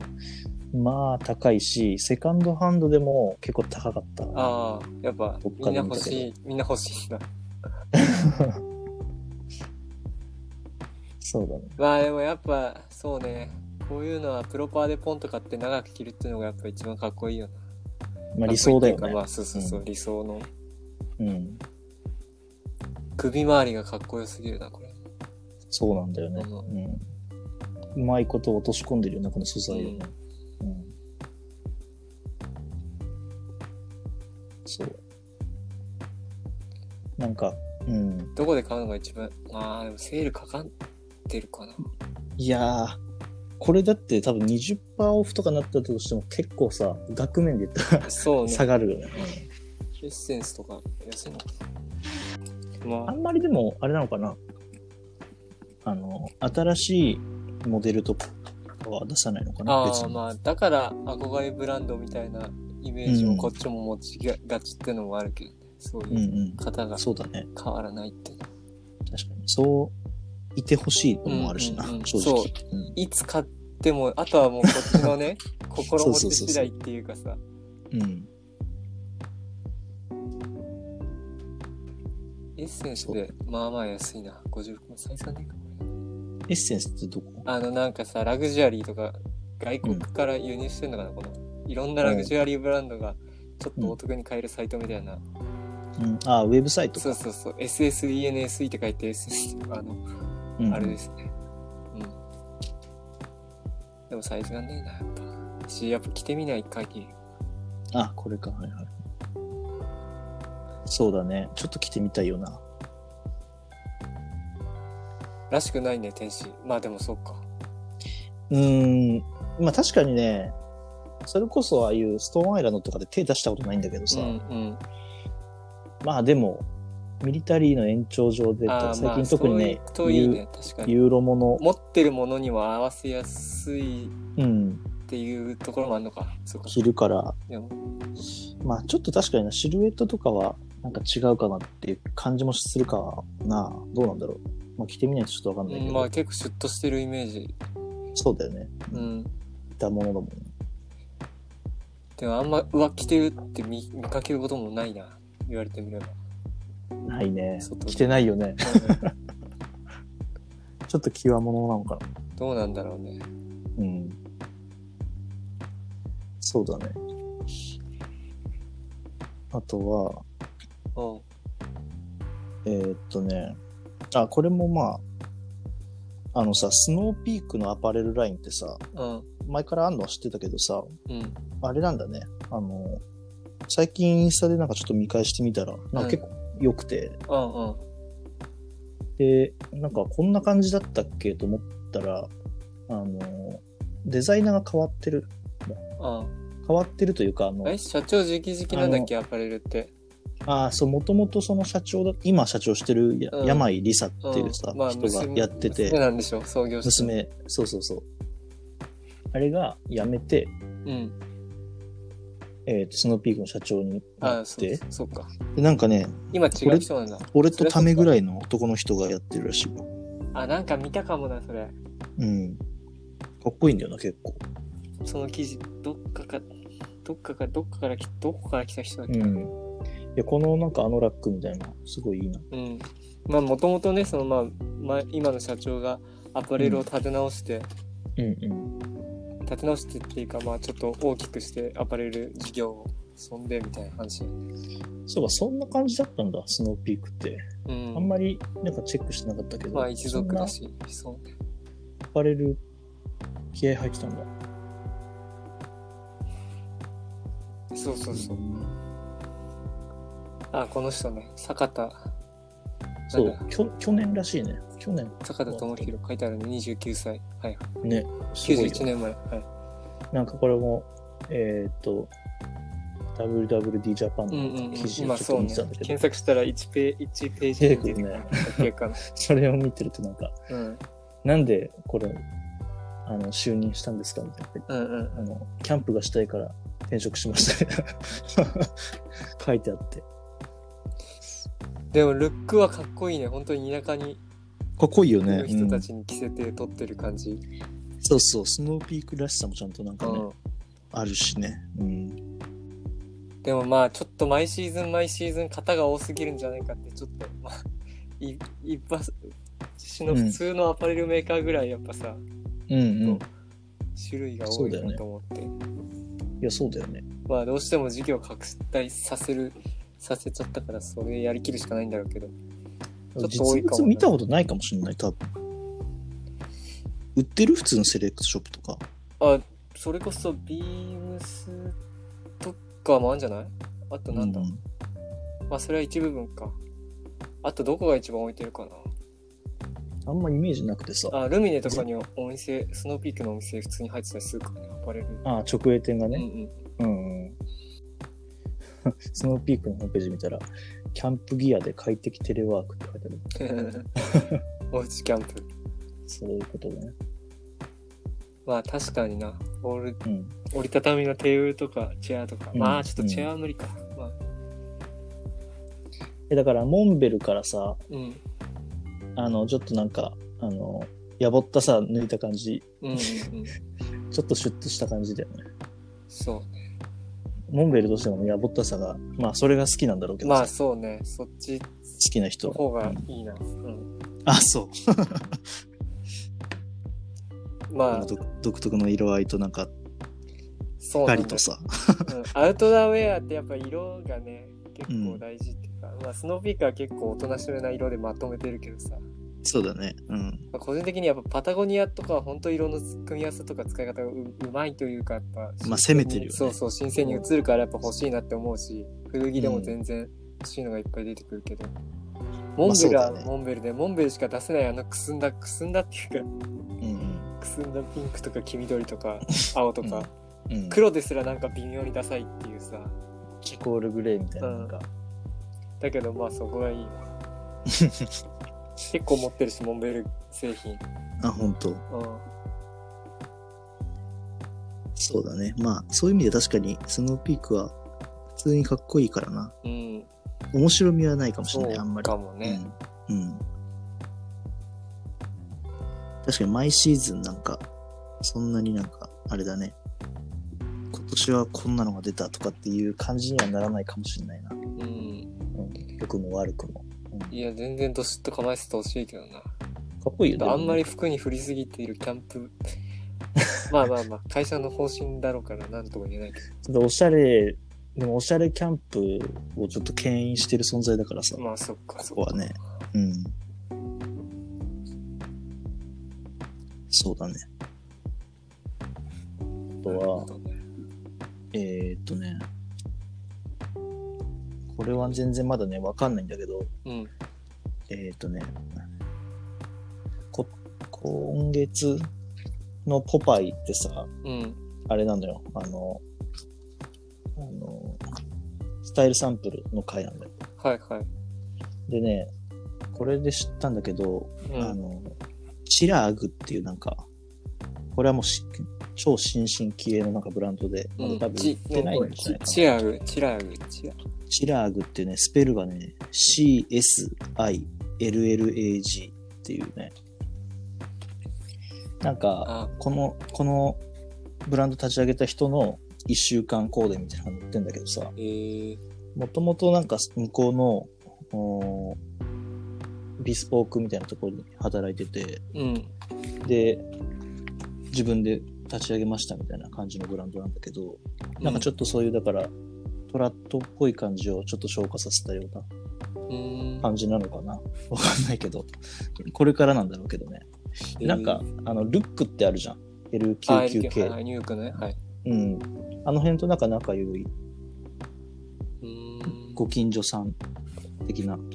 B: まあ高いし、セカンドハンドでも結構高かった。
A: ああ、やっぱ
B: どっ、
A: み
B: か
A: ん
B: で
A: な
B: 見
A: 欲
B: たけど
A: しい、みんな 欲しいんだ。
B: そうだね。
A: まあでもやっぱ、そうね。こういうのはプロパーでポンと買って長く着るっていうのがやっぱ一番かっこいいよな。
B: まあ理想だよ
A: かっこいいっていうかま。
B: ね
A: あそうそうそう、
B: う
A: 理想の。
B: うん。
A: 首周りがかっこよすぎるな、これ。
B: そうなんだよね。うん。うまいこと落とし込んでるよね、この素材をね。うん。そう。なんか、うん。
A: どこで買うのが一番、まあでもセールかかってるかな。
B: いやー、これだって多分20%オフとかなったとしても結構さ、額面で言ったら
A: そうね。
B: 下がるよね。
A: エッセンスとか安いのかま
B: あんまりでも、あれなのかな。あの、新しいモデルとかは出さないのか
A: あ、
B: な、
A: ああまあ、だから憧れブランドみたいなイメージをこっちも持ちがちってのもあるけどね、そう
B: うん
A: いう
B: う
A: 方が
B: ん。そうだね。
A: 変わらないっていうのは
B: 確かに。そう、いてほしいのもあるしな、
A: うんうんうん
B: 正
A: そう
B: 直。うん
A: いつ買っても、あとはもうこっちの ね、心持ち次第っていうかさ、
B: うん。
A: エッセンスでまあまあ安いな。50個採算でいいかこれ。
B: エッセンスってどこ
A: あのなんかさ、ラグジュアリーとか外国から輸入してんのかな、この。いろんなラグジュアリーブランドがちょっとお得に買えるサイトみたいな。
B: うん、あ、ウェブサイト
A: そう
B: か。
A: そうそう。SSENSE って書いて SS とか、あの、
B: うん
A: あれですね。うん。でもサイズがねえな、やっぱ。し、やっぱ着てみない限り。
B: あ、これか。はいはい。そうだね。ちょっと着てみたいよな。
A: らしくないね、天使。まあでもそっか。
B: うーん。まあ確かにね、それこそああいうストーンアイランドとかで手出したことないんだけどさ、
A: うんうん。
B: まあでも、ミリタリーの延長上で、
A: あー
B: 最
A: まあ
B: 近特に
A: そう
B: ね
A: 行く、といいね確か
B: ユー
A: に
B: ユーロもの、
A: 持ってるものには合わせやすいっ
B: うん、
A: ていうところもあるのかそうか
B: 着るから、
A: でも
B: まあちょっと確かにな、シルエットとかはなんか違うかなっていう感じもするかな。どうなんだろう。まあ着てみないとちょっとわかんないけ
A: うん
B: ど、
A: まあ結構シュッとしてるイメージ
B: そうだよね。
A: うん
B: 着たものだもんね。
A: でもあんま浮気てるって見見かけることもないな言われてみれば、
B: ないね
A: 外。に
B: 着てないよ
A: う
B: ね。
A: ん
B: ちょっと際物なのかな。
A: どうなんだろうね
B: うん。そうだね。あとは、
A: うん
B: えーっとね、あ、これもまあ、あのさ、スノーピークのアパレルラインってさ、
A: うん
B: 前からあんのは知ってたけどさ、
A: うん
B: あれなんだね。あの、最近インスタでなんかちょっと見返してみたら、なんか結構良くて、
A: うんうん
B: で、なんかこんな感じだったっけと思ったら、あの、デザイナーが変わってる。
A: うん
B: 変わってるというか、あの、
A: え社長直々なんだっけアパレルって
B: ああ、そう、もともとその社長だ、今社長してるや、
A: うん
B: 山井梨沙っていうさ、
A: うんまあ
B: 人が
A: 娘
B: やってて、
A: 娘なんでしょ創業して
B: 娘、そうそうそう。あれが辞めて、
A: うん
B: えーとスノーピークの社長に
A: あ
B: な
A: あ
B: っ
A: そう
B: て、
A: そうか
B: でなんかね、
A: 今違う人なんだ
B: 俺とためぐ
A: い
B: らいの男の人がやってるらしいよ。
A: あなんか見たかもなそれ
B: うん。かっこいいんだよな、結構。
A: その記事どっかかどっかかどっかからきどこから来た人だっ
B: う
A: け
B: ん。いや、このなんかあのラックみたいな、すごいいいな。
A: うん、まあもともとねその、まあまあ、今の社長がアパレルを立て直して、
B: うんうん。
A: 立て直してっていうかまあちょっと大きくしてアパレル事業をそんでみたいな話、うん
B: そうか、そんな感じだったんだ、スノーピークって。あんまりなんかチェックしてなかったけど。
A: まあ一族だ
B: そん
A: しそう
B: なアパレル、気合入ってたんだ。
A: そうそうそうあこの人ね坂田
B: そ
A: なん
B: う
A: だ、
B: きょ去年らしいね。去年。
A: 坂田智弘書いてあるね29歳はい
B: ね。すごいよ
A: 91年前は
B: なんかこれも、えーっ、と、WWD ジャパ
A: い、
B: ン
A: うんうんう
B: の
A: ん、
B: 記事を
A: 今
B: ちょっ
A: そう
B: と見
A: ね
B: てたんだけど、
A: 検索したら1ペ1ページ
B: 出てくるね
A: 出てくるかな、
B: それを見てるとなんか、
A: うん、
B: なんでこれ、あの、就任したんですかみたいな。
A: うんうん
B: あの、キャンプがしたいから転職しました、 ね。書いてあって。
A: でもルックはかっこいいね本当に田舎に
B: かっこいいよ
A: い
B: ね
A: る。人たちに着せて撮ってる感じ、
B: うんそうそう、スノーピークらしさもちゃんとなんかね、
A: う
B: あるしね。うん。
A: ん、でもまあちょっと毎シーズン毎シーズン型が多すぎるんじゃないかってちょっとまあい一発の普通のアパレルメーカーぐらいやっぱさ、
B: うんうん。
A: 種類が多いなと思って、
B: いや、そうだよね。
A: まあどうしても事業拡大させるさせちゃったからそれやりきるしかないんだろうけどょっと多い
B: 実
A: かもね
B: 物見たことないかもしれない、多分。売ってる普通のセレクトショップとか。
A: あそれこそビームスとかもあるんじゃないあとなんだ、
B: う
A: まあそれは一部分か。あとどこが一番置いてるか
B: あんまイメージなくてさ。
A: な。あ、ルミネとかにはお店、スノーピークのお店普通に入ってたりするからね、アパレル。
B: ああ、直営店が
A: うんう
B: ね。
A: ん。
B: うん、 うん。スノーピークのホームページ見たら、キャンプギアで快適テレワークって書いてある。
A: おうちキャンプ。
B: そういうことだね。
A: まあ確かにな。折る
B: うん。
A: 折りたたみのテーブルとかチェアとか。
B: うん
A: まあちょっとチェアは無理か。まあ、
B: えだから、モンベルからさ、
A: うん。
B: あの、ちょっとなんか、あの、やぼったさ、抜いた感じ、
A: うんうんうん。
B: ちょっとシュッとした感じだよね。
A: そ
B: モンベルとしてもやぼったさが、まあ、それが好きなんだろうけ
A: う。
B: ど さ、
A: まあそうね。そっち
B: 好きな人
A: の
B: は。
A: 方が
B: うん
A: いいな。うん。
B: あ、そう。
A: まあ、
B: 独独特の色合いとなんか、
A: そうなん
B: 光
A: だ
B: とさ。
A: うんアウトドアウェアってやっぱ色がね結構大事っていうか、まあ、スノーピークは結構おとなしめな色でまとめてるけどさ、ま
B: そうだね。うん。
A: あ個人的にやっぱパタゴニアとかは本当色の組み合わせとか使い方がううまいというかやっぱ
B: まあ攻めてるよね
A: そうそう新鮮に映るからやっぱ欲しいなって思うし古着でも全然欲しいのがいっぱい出てくるけど、モンベル
B: まあ
A: は
B: そうだね
A: モンベルで、モンベルしか出せないあのくすんだくすんだっていう
B: うん
A: かくすんだピンクとか黄緑と か青とか、
B: うん。うん、
A: 黒ですらなんか微妙にダサいっていうさ
B: イコールグレーみたいな、なんか、
A: だけどまあそこがいいな結構持ってるし、モンベル製品。
B: あ、本当
A: うん。
B: そうだね。まあ、そういう意味で確かに、スノーピークは、普通にかっこいいからな。
A: うん。
B: 面白みはないかもし
A: そ
B: れない、あんま
A: う
B: り。
A: かもね。
B: うん。うん。確かに毎シーズンなんか、そんなになんか、あれだね。今年はこんなのが出たとかっていう感じにはならないかもしれないな。
A: うん。
B: 良くも悪くも。
A: いや、全然どしっと構えててほしいけどな。
B: かっこいいよね。
A: あんまり服に振りすぎているキャン プ。まあまあまあ、会社の方針だろうから、なんとも言えないけ
B: ちょっとおしゃれ、でもおしゃれキャンプをちょっと牽引してる存在だからさ
A: ど。、まあ、そっか、そ
B: こ
A: っ
B: こ
A: か。
B: はね。うん。そうだね。あと
A: なる
B: は
A: ほ、どね
B: えー、っとね、これは全然まだね、わかんないんだけど、
A: うん。
B: えー、っとね、こ、今月のポパイってさ、
A: うん。
B: あれなんだよ、あの、あの、スタイルサンプルの回なんだよ。
A: はいはい。
B: でね、これで知ったんだけど、
A: う
B: あ
A: ん。
B: の、チラーグっていうなんか、これはもうし超新進気鋭のなんかブランドで、ま
A: う
B: だ
A: ん
B: 多分売ってないんじゃないかな。
A: チチアグ、チラグ、チアグ。
B: チラーグっていうね、スペルがね、CSILLAG っていうね、なんか、
A: あ、
B: この、このブランド立ち上げた人の1週間コーデみたいなのが載ってんだけどさ、
A: えー、
B: もともとなんか向こうの、おービスポークみたいなところに働いてて、
A: うん。
B: で、自分で立ち上げましたみたいな感じのブランドなんだけど、なんかちょ
A: っ
B: っとそういう、だから、トラットっぽい感じをちょっと消化させたような
A: と、うん。
B: 感じなのかな わかんないけど。これからなんだろうけどね。なんか、あの、ルックってあるじゃん。
A: えー、あ、
B: LQQK。
A: はいニューヨークね。はい。
B: うん。あの辺となんか仲良い、
A: うーん。
B: ご近所さん的な
A: 感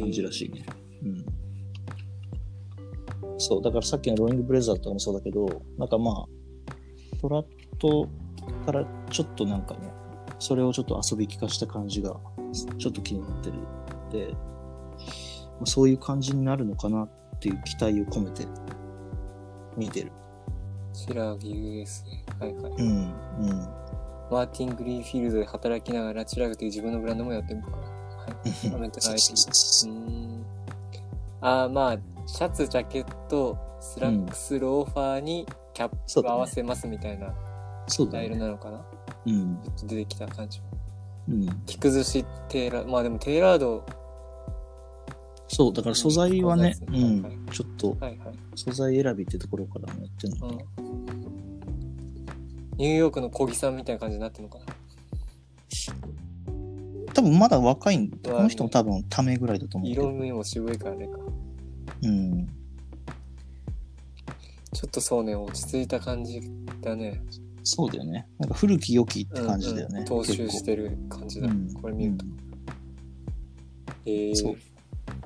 B: 感じらしいね。うん。そう、だからさっきのローイングブレザーとかもそうだけど、なんかまあ、トラットからちょっとなんかね、それをちょっと遊び聞かした感じが、ちょっと気になってる。で、まあ、そういう感じになるのかなっていう期待を込めて見てる。
A: シラグ US ね。はいはい。
B: うん、うん。
A: マーティン・グリーンフィールドで働きながら、チラグという自分のブランドもやってるのかな。はい。コメント
B: そ
A: な
B: う
A: い
B: そう
A: う
B: そ
A: ーん。あーまあ、シャツ、ジャケット、スラックス、ローファーにキャ
B: そ
A: ッ
B: うだ
A: プ合
B: ね
A: わせますみたいな
B: うそう
A: ス
B: だ
A: タイル
B: ね。
A: なのかな。
B: うん、
A: ちょっと出てきた感じも。
B: うん。
A: 着崩し、テーラー、まあでもテーラード、
B: そう、だから素材はね、
A: う
B: うんん、ちょっと
A: はいはい。
B: 素材選びってところからもやってるのか
A: う。
B: なん
A: ニューヨークの小木さんみたいな感じになってるのかな。
B: 多分まだ若いんだ。
A: うん
B: この人も多分ためぐらいだと思うけ
A: 色
B: ど。
A: 味も渋いからねか。
B: うん。
A: ちょっとそうね、落ち着いた感じだね。
B: そうだよね。なんか古き良きって感じだよ
A: うんう
B: ね
A: ん。踏襲し
B: 結構
A: てる感じだ。
B: うん
A: これ見ると。
B: うん
A: えー、
B: そう。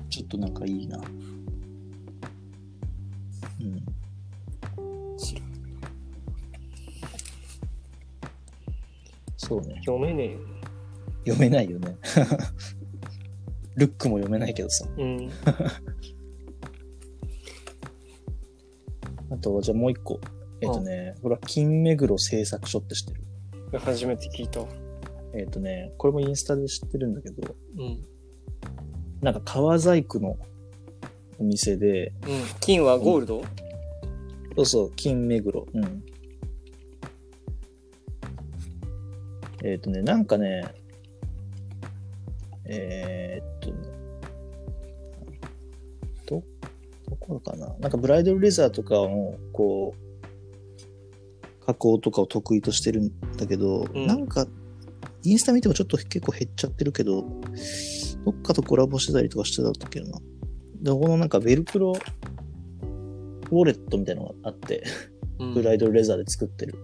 B: ちょっとなんかいいな。うん。
A: 知らん
B: そう ね。
A: 読めね
B: 読めないよね。 ルックも読めないけどさ。
A: え。うん。
B: あとは、じゃあもう一個。えっ、とね、これは金目黒製作所って知ってる。
A: 初めて聞いた。
B: えっ、とね、これもインスタで知ってるんだけど、
A: うん。うん。
B: なんか革細工のお店で、
A: 金はゴールド、
B: そうそう、金目黒。うん。えっ、とね、なんかね、えーっとね、ど、どこかななんかブライダルレザーとかを、こう、加工とかを得意としてるんだけど、
A: うん
B: なんか、インスタ見てもちょっと結構減っちゃってるけど、どっかとコラボしてたりとかしてたんだっけどな。で、このなんかベルクロウォレットみたいなのがあって、
A: うん、
B: ブライドルレザーで作ってる。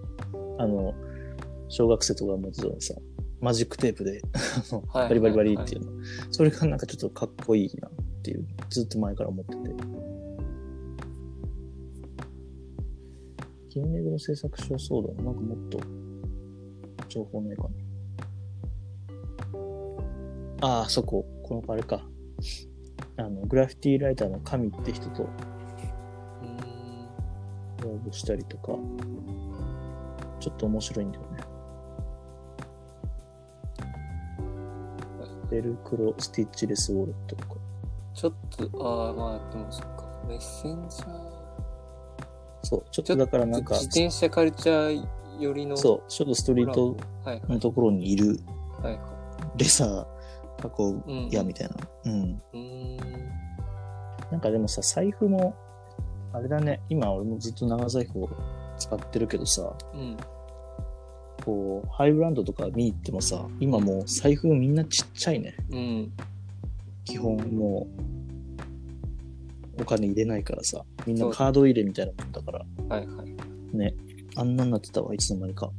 B: あの、小学生とかが持ってたのさ、マジックテープで、あの
A: はい
B: バリバリバリっていうの。それがなんかちょっとかっこいいなっていう、ずっと前から思ってて。金メグの製作所そうだな。なんかもっと、情報ないかな。ああ、そこ。このあれか。あの、グラフィティライターの神って人と
A: うん
B: ライブしたりとか、ちょっと面白いんだよね。ベルクロスティッチレスウォレットとか。
A: ちょっと、ああ、まあ、でもそっか。メッセンジャー。
B: そう、ちょっ
A: ちょ
B: と
A: っ
B: だからなんか
A: 自、転車カルチャー寄りの。
B: そう、ちょっとストリート
A: はいは
B: の
A: い。
B: ところにいる
A: はい
B: レサー
A: う
B: 囲
A: ん
B: うやみたいな。うん。
A: うーん。
B: なんかでもさ、財布も、あれだね、今俺もずっと長財布を使ってるけどさ、
A: うん。
B: こう、ハイブランドとか見に行ってもさ、今もう財布みんなちっちゃいね。
A: うん。
B: 基本もう、お金入れないからさ、みん
A: そ
B: な
A: うだ
B: カード入れみたいなもんだから、
A: はいはい。
B: ね、あんなになってたわ、いつの間にか。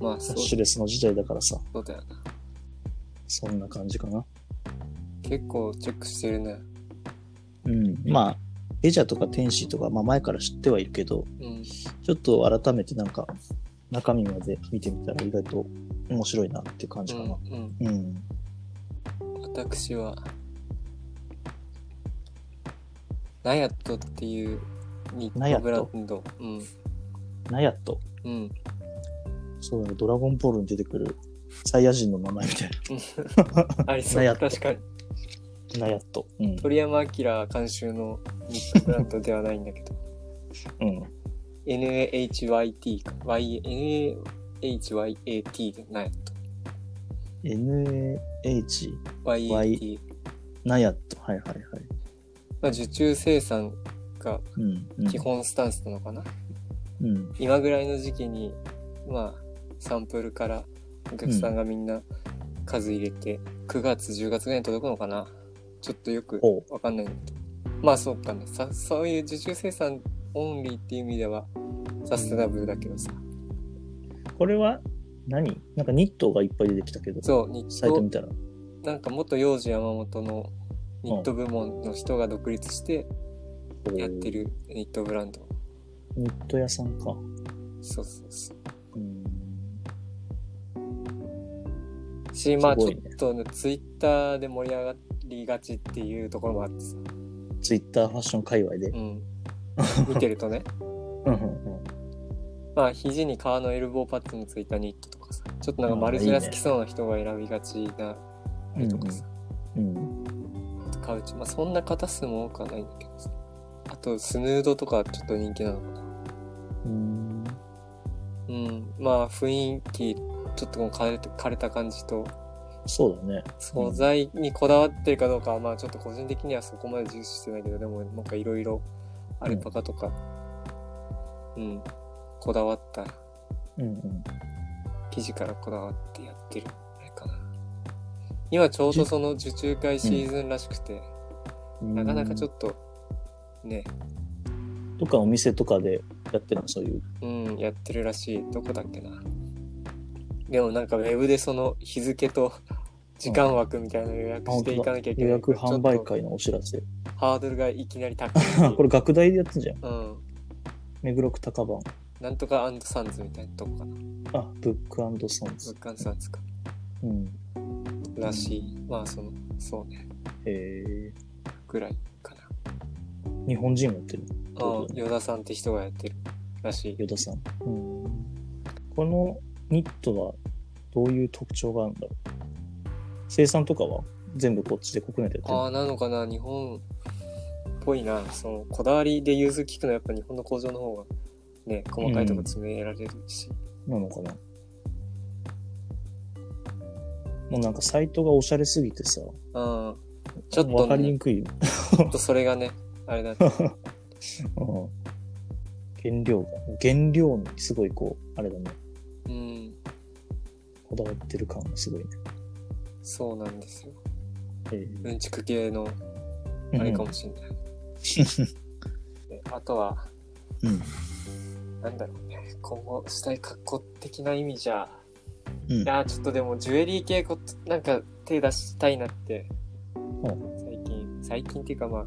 A: まあ、
B: キャ
A: そう
B: ッシュレスの時代だからさ、
A: そうだよな。
B: そんな感じかな。
A: 結構チェックしてるね。
B: うん。まあ、レジャーとか天使とか、まあ前から知ってはいるけど、
A: うん。
B: ちょっと改めてなんか、中身まで見てみたら意外と面白いなって感じかな。
A: うん。うん。
B: うん。
A: 私は、ナヤットっていうニ
B: ナ
A: ッ
B: ヤ
A: トブラ
B: ット
A: ンド。うん。
B: ナヤット。
A: うん。
B: そうだね、ドラゴンボールに出てくるサイヤ人の名前みたい
A: ありそ
B: ナヤ
A: う。
B: ット
A: 確かに。
B: な。ナヤット。うん。
A: 鳥山明監修のニットブランドではないんだけど。
B: うん。
A: NHYT か。Y、NHYAT でないと。
B: NH、
A: YAT。
B: ナヤット。はいはいはい。
A: まあ、受注生産が
B: うん。うん
A: 基。本スタンスなのかな。
B: うん。
A: 今ぐらいの時期に、まあ、サンプルからお客さんがみんな数入れて、9月、10月ぐらいに届くのかな。ちょっとよく
B: おう
A: わかんないんだけど。まあ、そうかね。さ、そういう受注生産オンリーっていう意味では、サステナブルだけどさ。
B: これは何なんかニットがいっぱい出てきたけど、
A: そう、日
B: サイト
A: 当
B: 見たら。
A: なんか元幼児山本のニット部門の人が独立してやってるニットブランド。
B: おーニット屋さんか。
A: そうそうそう。
B: うん。
A: し、まあち
B: すご
A: ょ
B: いね
A: っとね、ツイッターで盛り上がりがちっていうところもあってさ。
B: ツイッターファッション界隈で
A: う。 ん。見てるとね。
B: うんうんうん。
A: まあ肘に革のエルボーパッドのついたニットとかさ。ちょっとなんかマルジェラ好きそうな人が選びがちなあれとかさ。
B: うん。
A: あとカウチ。まあそんな型数も多くはないんだけどさ。あとスヌードとかちょっと人気なのかな。
B: うん。
A: うん、まあ雰囲気ちょっとこの枯れた枯れた感じと
B: そうだね。
A: 素材にこだわってるかどうかは、まあちょっと個人的にはそこまで重視してないけどでもなんかいろいろアルパカとか、うんこだわった
B: うんうん。
A: 生地からこだわってやってるあれかな今ちょうどその受注会シーズンらしくて、
B: うん
A: なかなかちょっとね
B: とかお店とかでやってるのそういう。
A: うんやってるらしいどこだっけなでもなんかウェブでその日付と時間枠みたいなの予約していかなきゃいけ
B: 予
A: ない
B: 約販売
A: ちょっ
B: 会のお知らせ。
A: とハードルがいきなり高い
B: これ学大でやってんじゃん。
A: うん
B: 目黒区高番。
A: なんとかアンドサンズみたいなとこかな
B: あ、ブックサン
A: ブ
B: ズ
A: ッ。クアンドサンズか
B: うん。
A: らしいまあそのそうね
B: へえ。
A: ぐらいかな
B: 日本人もやってる。
A: うん与田さんって人がやってるらしい
B: ヨダさん。うん。このニットはどういう特徴があるんだろう生産とかは全部こっちで国内でやってる
A: ああなのかな日本っぽいなそのこだわりで融通聞くのはやっぱ日本の工場の方がね細かいとこ詰められるし、
B: なのかなもうなんかサイトがおしゃれすぎてさ、
A: うん、ちょっとね
B: わかりにくい。うん
A: ちょっとそれがね、あれだね。
B: 原料が、原料にすごいこう、あれだね、
A: うん、
B: こだわってる感がすごいね。
A: そうなんですよ。
B: え
A: うんちく系のあ
B: え
A: れかもしれない。であとは、
B: うん。
A: なんだろうね、今後したい格好的な意味じゃ、
B: うん
A: いやーちょっとでもジュエリー系こなんか手出したいなって、
B: う
A: 最近、最近っていうかまあ、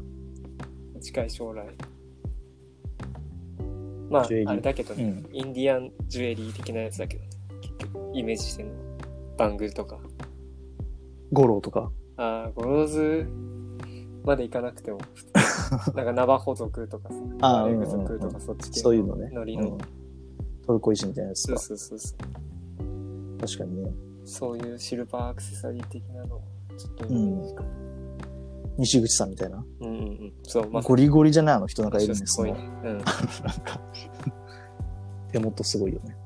A: 近い将来。まあ
B: ジュエリ、ー
A: あれだけど
B: う
A: ね、
B: ん。
A: インディアンジュエリー的なやつだけど、ね、結局イメージしてるのは。バングルとか。
B: ゴロとか。
A: ああ、ゴローズ、まで行かなくても、 なんかナバホ族とかさ、
B: ああ
A: マレ
B: うん
A: グ
B: うん
A: 族
B: う
A: と
B: ん
A: かそっち系
B: そういうのね。
A: ノリの
B: うんトルコ石みたいなやつ
A: そう
B: か。
A: そうそうそう。
B: 確かにね。
A: そういうシルバーアクセサリー的なのをちょっとイメージかも、
B: 西口さんみたいな。
A: うん、うんうんそう、まあ、
B: ゴリゴリじゃないあの人なんかいるん
A: す
B: です
A: ごい
B: よ
A: ね。。うん。
B: なんか手元すごいよね。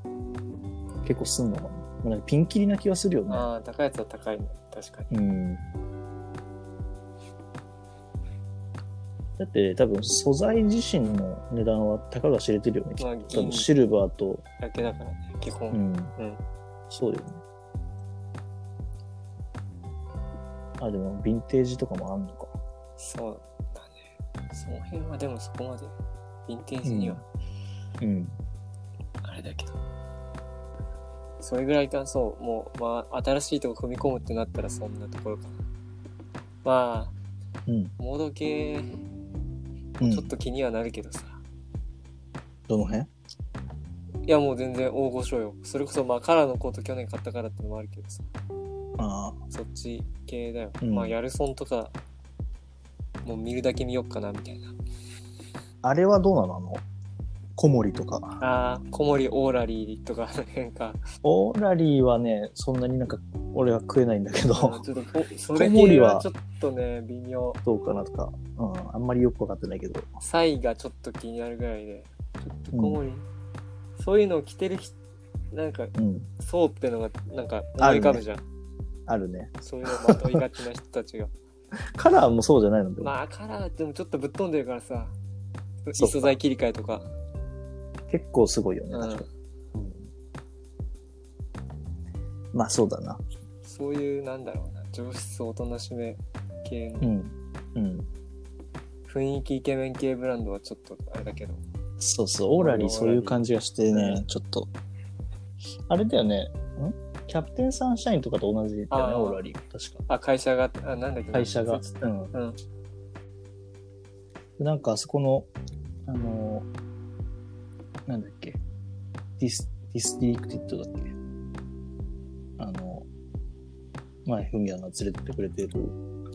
B: 結構すんのかな。まあなんかピンキリな気がするよね。
A: ああ、高いやつは高いね。確かに。
B: うん。だって多分素材自身の値段はたかが知れてるよね。きっ
A: まあ、
B: と多
A: 銀
B: 分シルバーと、
A: だけだからね、基本。
B: うん。
A: うん
B: そうよね。あ、でもヴィンテージとかもあんのか。
A: そうだね。その辺はでもそこまで、ヴィンテージには
B: うん。
A: あれだけど。それぐらいか、そう、もう、まあ、新しいとこ踏み込むってなったらそんなところかな。ま
B: うん。
A: あ、モード系、
B: うん
A: ちょっと気にはなるけどさ。
B: どの辺
A: いや、もう全然大御所よ。それこそ、まあ、カラーのコート去年買ったからってのもあるけどさ。
B: ああ。
A: そっち系だよ。
B: うん
A: まあ、ヤルソンとか、もう見るだけ見よっかな、みたいな。
B: あれはどうなのあの、小森とか。
A: ああ、小森オーラリーとか、なんか、
B: オーラリーはね、そんなになんか、俺は食えないんだけ
A: あの
B: ど、
A: ちょっとこ、それ
B: 小森
A: 系
B: は
A: はちょっとね、微妙。
B: どうかなとか、うん、あんまりよくわかってないけど。
A: サイがちょっと気になるぐらいで、ちょっと小森、そういうのを着てる人、なんか、
B: うん、
A: そうってのが、なんか、思い浮かぶじゃん。
B: あるね。
A: そういうのまといがちな人たちが。
B: カラーも そうじゃないのでも、
A: まあ、カラーでもちょっとぶっ飛んでるからさ、異
B: そうか
A: 素材切り替えとか。
B: 結構すごいよね、
A: うん
B: 確かに。うんまあそうだな。
A: そういう、なんだろうな、上質おとなしめ系の、
B: うん。うん。
A: 雰囲気イケメン系ブランドはちょっとあれだけど。
B: そうそう、オーラリーそういう感じがして
A: う
B: ね
A: ん、
B: ちょっと。あれだよね、んキャプテンサンシャインとかと同じだよね、
A: あー
B: オーラリー。確か。
A: あ、会社が、あ、なんだっけ
B: 会社が。うん。
A: うん。
B: なんかあそこの、あのー、なんだっけ、ディス、ディストリクティッドだっけあの、前、フミヤが連れてってくれてる、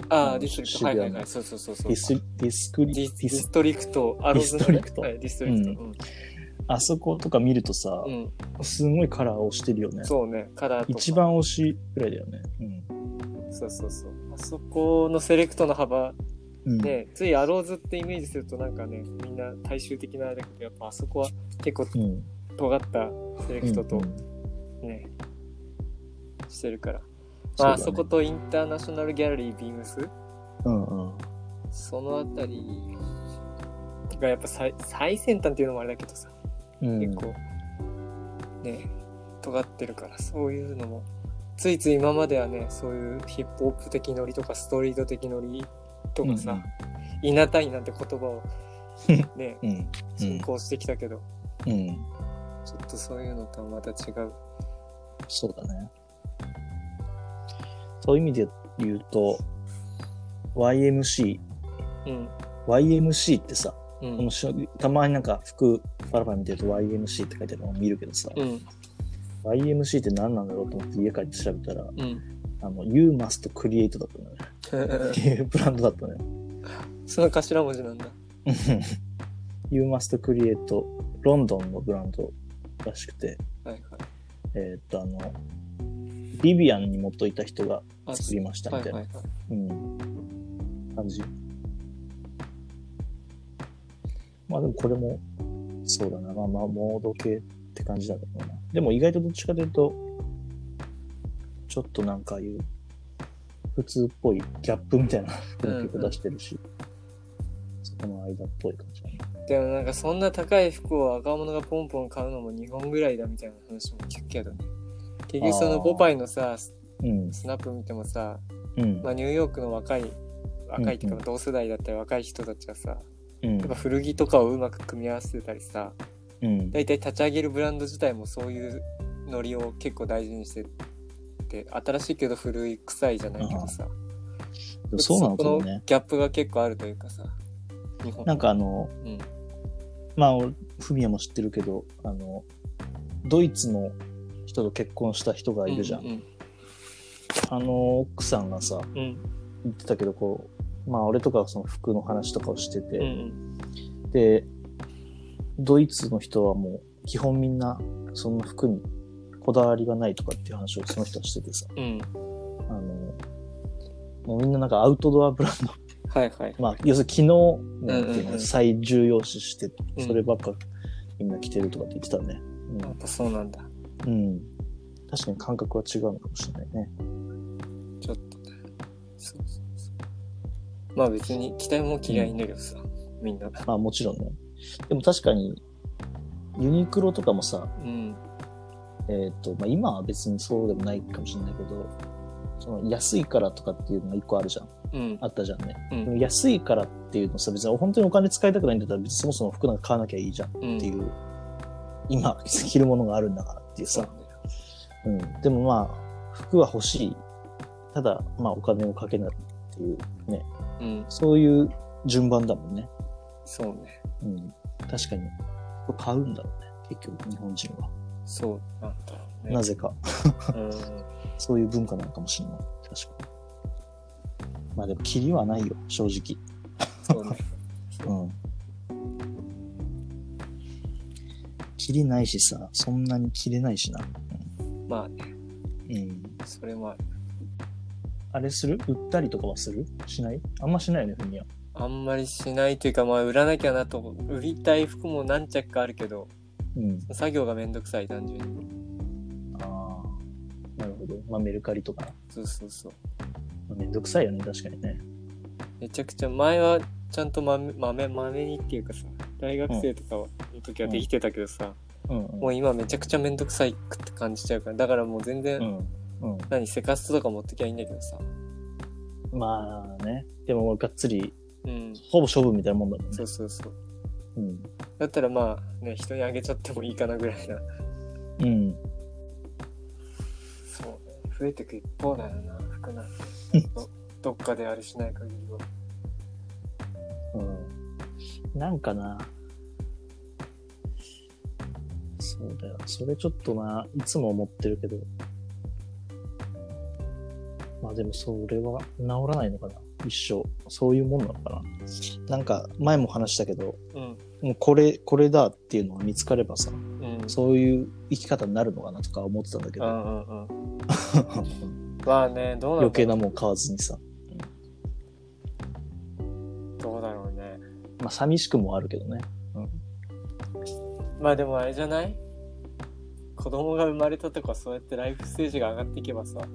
A: あ
B: う
A: あ、
B: ん
A: ディストリク
B: 渋
A: ト。は
B: 谷
A: いは
B: の
A: いはい。そうそうそうそう。
B: ディス、ディスクリ、
A: デ
B: デ
A: ィ
B: ィ
A: スディ
B: ス
A: ス、トリクト、アローズのね
B: ディストリクト
A: はい、ディストリクト。
B: あそことか見るとさ
A: う、ん。うん
B: すごいカラーをしてるよね。
A: そうね、カラーとか。
B: 一。番推しぐらいだよね。
A: そうそうそう。あそこのセレクトの幅
B: うん。うん、
A: ね、ついアローズってイメージするとなんかね、みんな大衆的なあれだけど、やっぱあそこは結構
B: うん。
A: 尖ったセレクトと
B: うん
A: ね、してるから。
B: そう
A: まあ、
B: だね
A: あそことインターナショナルギャラリービームス
B: うんうん。
A: そのあたりがやっぱ最最先端っていうのもあれだけどさ、
B: うん
A: 結構ね尖ってるからそういうのもついつい今まではねそういうヒップホップ的ノリとかストリート的ノリとかさ、いなたいなんて言葉を ね
B: うんうん。
A: 進行してきたけど、
B: うん。うん。
A: ちょっとそういうのとはまた違う
B: そうだね。そういう意味で言うと、YMC、
A: うん、
B: YMC ってさ、
A: うん
B: 面白いたまになんか服パラパラ見てると YMC って書いてあるのを見るけどさ、
A: うん、
B: YMC って何なんだろうと思って家帰って調べたら、
A: うん。
B: あの、You Must Create だったのね。っていうブランドだったね。
A: その頭文字なんだ。
B: You Must Create、ロンドンのブランドらしくて、
A: はいはい。
B: えーっと、あの、リビアンに元いた人が
A: あ
B: 作りましたみ
A: は
B: たい
A: い
B: な
A: はいはい。
B: うん。感じ。まあでもこれも、そうだな。まあまあ、モード系って感じだけどな。でも意外とどっちかというと、ちょっとなんかああいう、普通っぽいギャップみたいな
A: うん
B: 曲出してるし、そこの間っぽい感じだね。
A: でもなんかそんな高い服を若者がポンポン買うのも日本ぐらいだみたいな話も聞くけどね。結局そ
B: あ
A: の
B: ー
A: ポパイのさ、ス
B: うん。
A: スナップ見てもさ、
B: うん
A: ま。あ、ニューヨークの若い、若いっていう
B: うんう
A: か同世代だったり若い人たちはさ、
B: うん
A: やっぱ。古着とかをうまく組み合わせてたりさ、
B: うん。
A: 大体立ち上げるブランド自体もそういうノリを結構大事にしてて、新しいけど古い臭いじゃないけどさ、
B: でもそうなのかも
A: そこの
B: ね。
A: ギャップが結構あるというかさ、日本。
B: なんかあの、
A: うん、
B: まあ、俺フミヤも知ってるけど、あの、ドイツの人と結婚した人がいるじゃん。
A: うん。
B: あの、奥さんがさ、
A: うん。
B: 言ってたけど、こう、まあ俺とかはその服の話とかをしてて、
A: うん
B: で、ドイツの人はもう基本みんなその服にこだわりがないとかっていう話をその人はしててさ、
A: うん。うん。
B: あの、もうみんななんかアウトドアブランド、
A: はいはい。
B: まあ要するに機能面っていう
A: うんうん
B: の
A: う
B: を
A: ん
B: 最重要視して、
A: うん
B: そればっかみんな着てるとかって言ってたね。
A: やっぱそうなんだ。
B: うん。うん、確かに感覚は違うのかもしれないね。
A: ちょっとね。そうそうそう。まあ別に期待も嫌いんだけどさ、みんな。
B: まあもちろんね。でも確かに、ユニクロとかもさ、
A: うん。
B: えっ、と、まあ、今は別にそうでもないかもしれないけど、その安いからとかっていうのが一個あるじゃん。
A: うん
B: あ。ったじゃんね。
A: うん
B: でも安いからっていうのさ、別に本当にお金使いたくないんだったら、別にそもそも服なんか買わなきゃいいじゃんっ
A: うん。
B: ていう、今着るものがあるんだからっていう
A: そう
B: さ
A: な。んだよ。
B: うん。でもまあ、服は欲しい。ただ、まあお金をかけないっていう、
A: うん。
B: そういう順番だもんね。
A: そうね。
B: うん。確かに。買うんだろうね。結局、日本人は。
A: そうなんだろうね。
B: なぜか。
A: うん。
B: そういう文化なのかもしれない。確かに。まあでも、キリはないよ、正直。
A: そうね。
B: うん。キリないしさ、そんなに切れないしな。
A: まあね、
B: うん。
A: それもある。
B: あれする売ったりとかはするしないあんましないよね、ふみや。
A: あんまりしないというか、まあ売らなきゃなと思う。売りたい服も何着かあるけど、
B: うん。
A: 作業がめんどくさい、単純に。
B: ああ。なるほど。まあ、メルカリとか。
A: そうそうそう。
B: まあ、めんどくさいよね、確かにね。
A: めちゃくちゃ、前はちゃんとまめ、まめ、まめにっていうかさ、大学生とかの時はできてたけどさ、
B: うん、
A: もう今めちゃくちゃめんどくさいくって感じちゃうから、だからもう全然、
B: うん。うん。
A: 何、セカストとか持ってきゃいいんだけどさ。
B: うん。まあね。でも、がっつり、
A: うん。
B: ほぼ処分みたいなもんだもんね。
A: そうそうそう。
B: うん。
A: だったらまあ、ね、人にあげちゃってもいいかなぐらいな。
B: うん。
A: そうね。増えてく一方だよな、服なんて。 どどっかであれしない限りは。
B: うんなんかな。そうだよ。それちょっとな、いつも思ってるけど。まあでもそれは治らないのかな。一生。そういうもんなのかな。なんか前も話したけど、
A: うん。
B: もうこれ、これだっていうのが見つかればさ、
A: うん。
B: そういう生き方になるのかなとか思ってたんだけ
A: う
B: ど、
A: んうんうん。 まあね、どうなんだ
B: 余計
A: ろ
B: なもん買わずにさ。
A: う。どうだろうね。
B: まあ寂しくもあるけどね。
A: まあでもあれじゃない子供が生まれたとかそうやってライフステージが上がっていけばさ、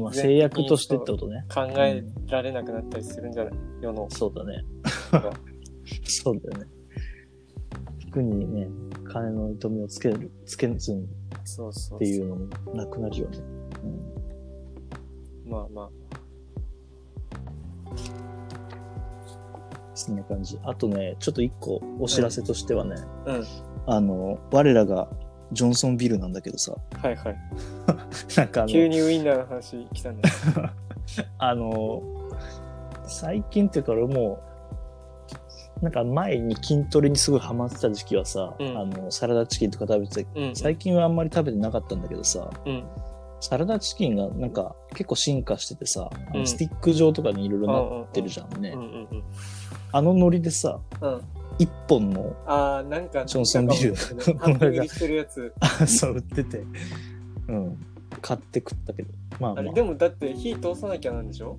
B: まあ制約としてってことね。
A: 考えられなくなったりするんじゃない世の。
B: そうだね
A: うん。
B: そうだよね。服にね、金の糸目をつける、つけずに
A: そうそうそう。
B: っていうのもなくなるよね。うん
A: まあまあ。
B: そんな感じ。あとね、ちょっと一個お知らせとしてはね、
A: うん。
B: あの、我らがジョンソンビルなんだけどさ、
A: はいはい。
B: なんかあ
A: 急
B: の、
A: にウインナーの話来 たね。
B: あの、最近っていうか俺もう、なんか前に筋トレにすごいハマってた時期はさ、
A: うん
B: あの、サラダチキンとか食べてた
A: うん。
B: 最近はあんまり食べてなかったんだけどさ、
A: うん。
B: サラダチキンがなんか結構進化しててさ、あ
A: うん
B: のスティック状とかにいろいろなってるじゃんね。
A: うんうんうん。
B: あのノリでさ、
A: うん。
B: 一本の、
A: ああ、なんか、
B: ジョンソンビール
A: ハンドルしてるやつ。
B: あそう、売ってて、うん、買って食ったけど。まあ
A: あ
B: まあ
A: れ、、でもだって火通さなきゃなんでしょ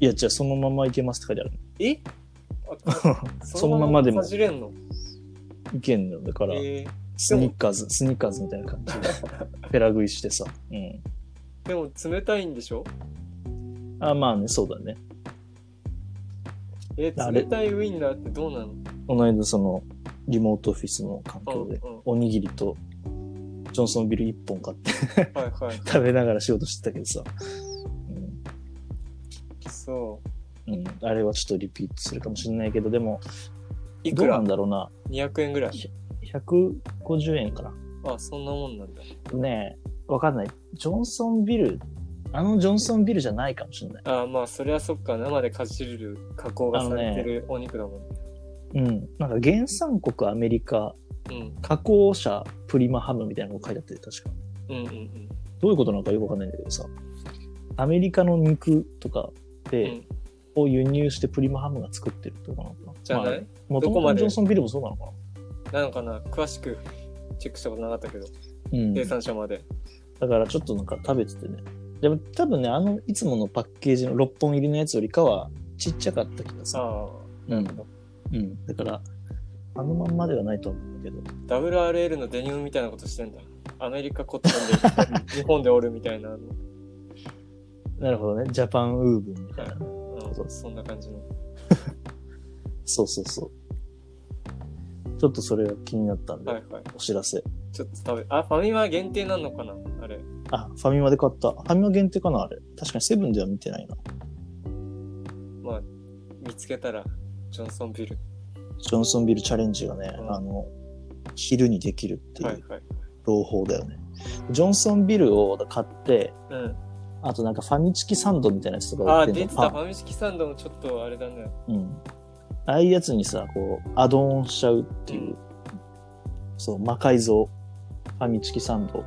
B: いや、じゃあそのままいけますって書いて
A: え
B: ある。そのま までも
A: かじれんの
B: いけんのだから、
A: えー
B: スニッカーズ、スニッカーズみたいな感じで、ペラ食いしてさ。うん。
A: でも冷たいんでしょ
B: あ、まあね、そうだね。
A: え
B: あ
A: ー、
B: れ
A: 冷たいウインナーってどうなの
B: この間その、リモートオフィスの環境で、
A: うんうん
B: おにぎりと、ジョンソンビール一本買って
A: はいはい。
B: 食べながら仕事してたけどさ。うん
A: そ
B: うん、あれはちょっとリピートするかもしれないけど、でも、
A: う。い
B: ど
A: く
B: うな
A: ら
B: んだろうな。
A: ?200 円ぐらい。
B: 150円か
A: あ、そんなもんなんだ。
B: な。ねえ、わかんない。ジョンソンビル、あのジョンソンビルじゃないかもしれない。
A: あーまあ、そりゃそっか。生でかじれる加工がされてるお肉だもんね。
B: うん。なんか原産国アメリカ、
A: うん。
B: 加工者プリマハムみたいなのが書いてあって、確か。
A: うんうんうん。
B: どういうことなのかよくわかんないんだけどさ。アメリカの肉とか
A: う
B: で、
A: ん
B: を輸入してプリマハムが作ってるってことなのかな
A: じゃない、
B: もと
A: どこ
B: も
A: ま
B: と
A: で
B: ジョンソンビルもそうなのかな
A: なのかな詳しくチェックしたことなかったけど、
B: うん、
A: 生産者まで。
B: だからちょっとなんか食べててね。でも多分ね、あの、いつものパッケージの6本入りのやつよりかはちっちゃかった気がする。
A: あ
B: うん。うん。だから、あのまんまではないと思うんだけど。
A: あ、WRL のデニムみたいなことしてんだ。アメリカコットン で日本でおるみたいな、あの
B: なるほどね。ジャパンウーブンみたいな。
A: うんそんな感じの。
B: そうそうそう。ちょっとそれが気になったんで、
A: はいはい。
B: お知らせ。
A: ちょっと食べ、あ、ファミマ限定なのかなあれ。
B: あ、ファミマで買った。ファミマ限定かなあれ。確かにセブンでは見てないな。
A: まあ、見つけたら、ジョンソンビル。
B: ジョンソンビルチャレンジがね、
A: うん
B: あの、昼にできるってい
A: はいうはい。
B: 朗報だよね。ジョンソンビルを買って、
A: うん。
B: あとなんかファミチキサンドみたいなやつと
A: あ
B: か売
A: あ、
B: ってん
A: 出
B: の
A: てた。
B: パ
A: ファミチキサンドもちょっとあれだね。
B: ンうん。ああいうやつにさ、こう、アドオンしちゃうっていう、
A: うん
B: そう、魔改造、ファミチキサンド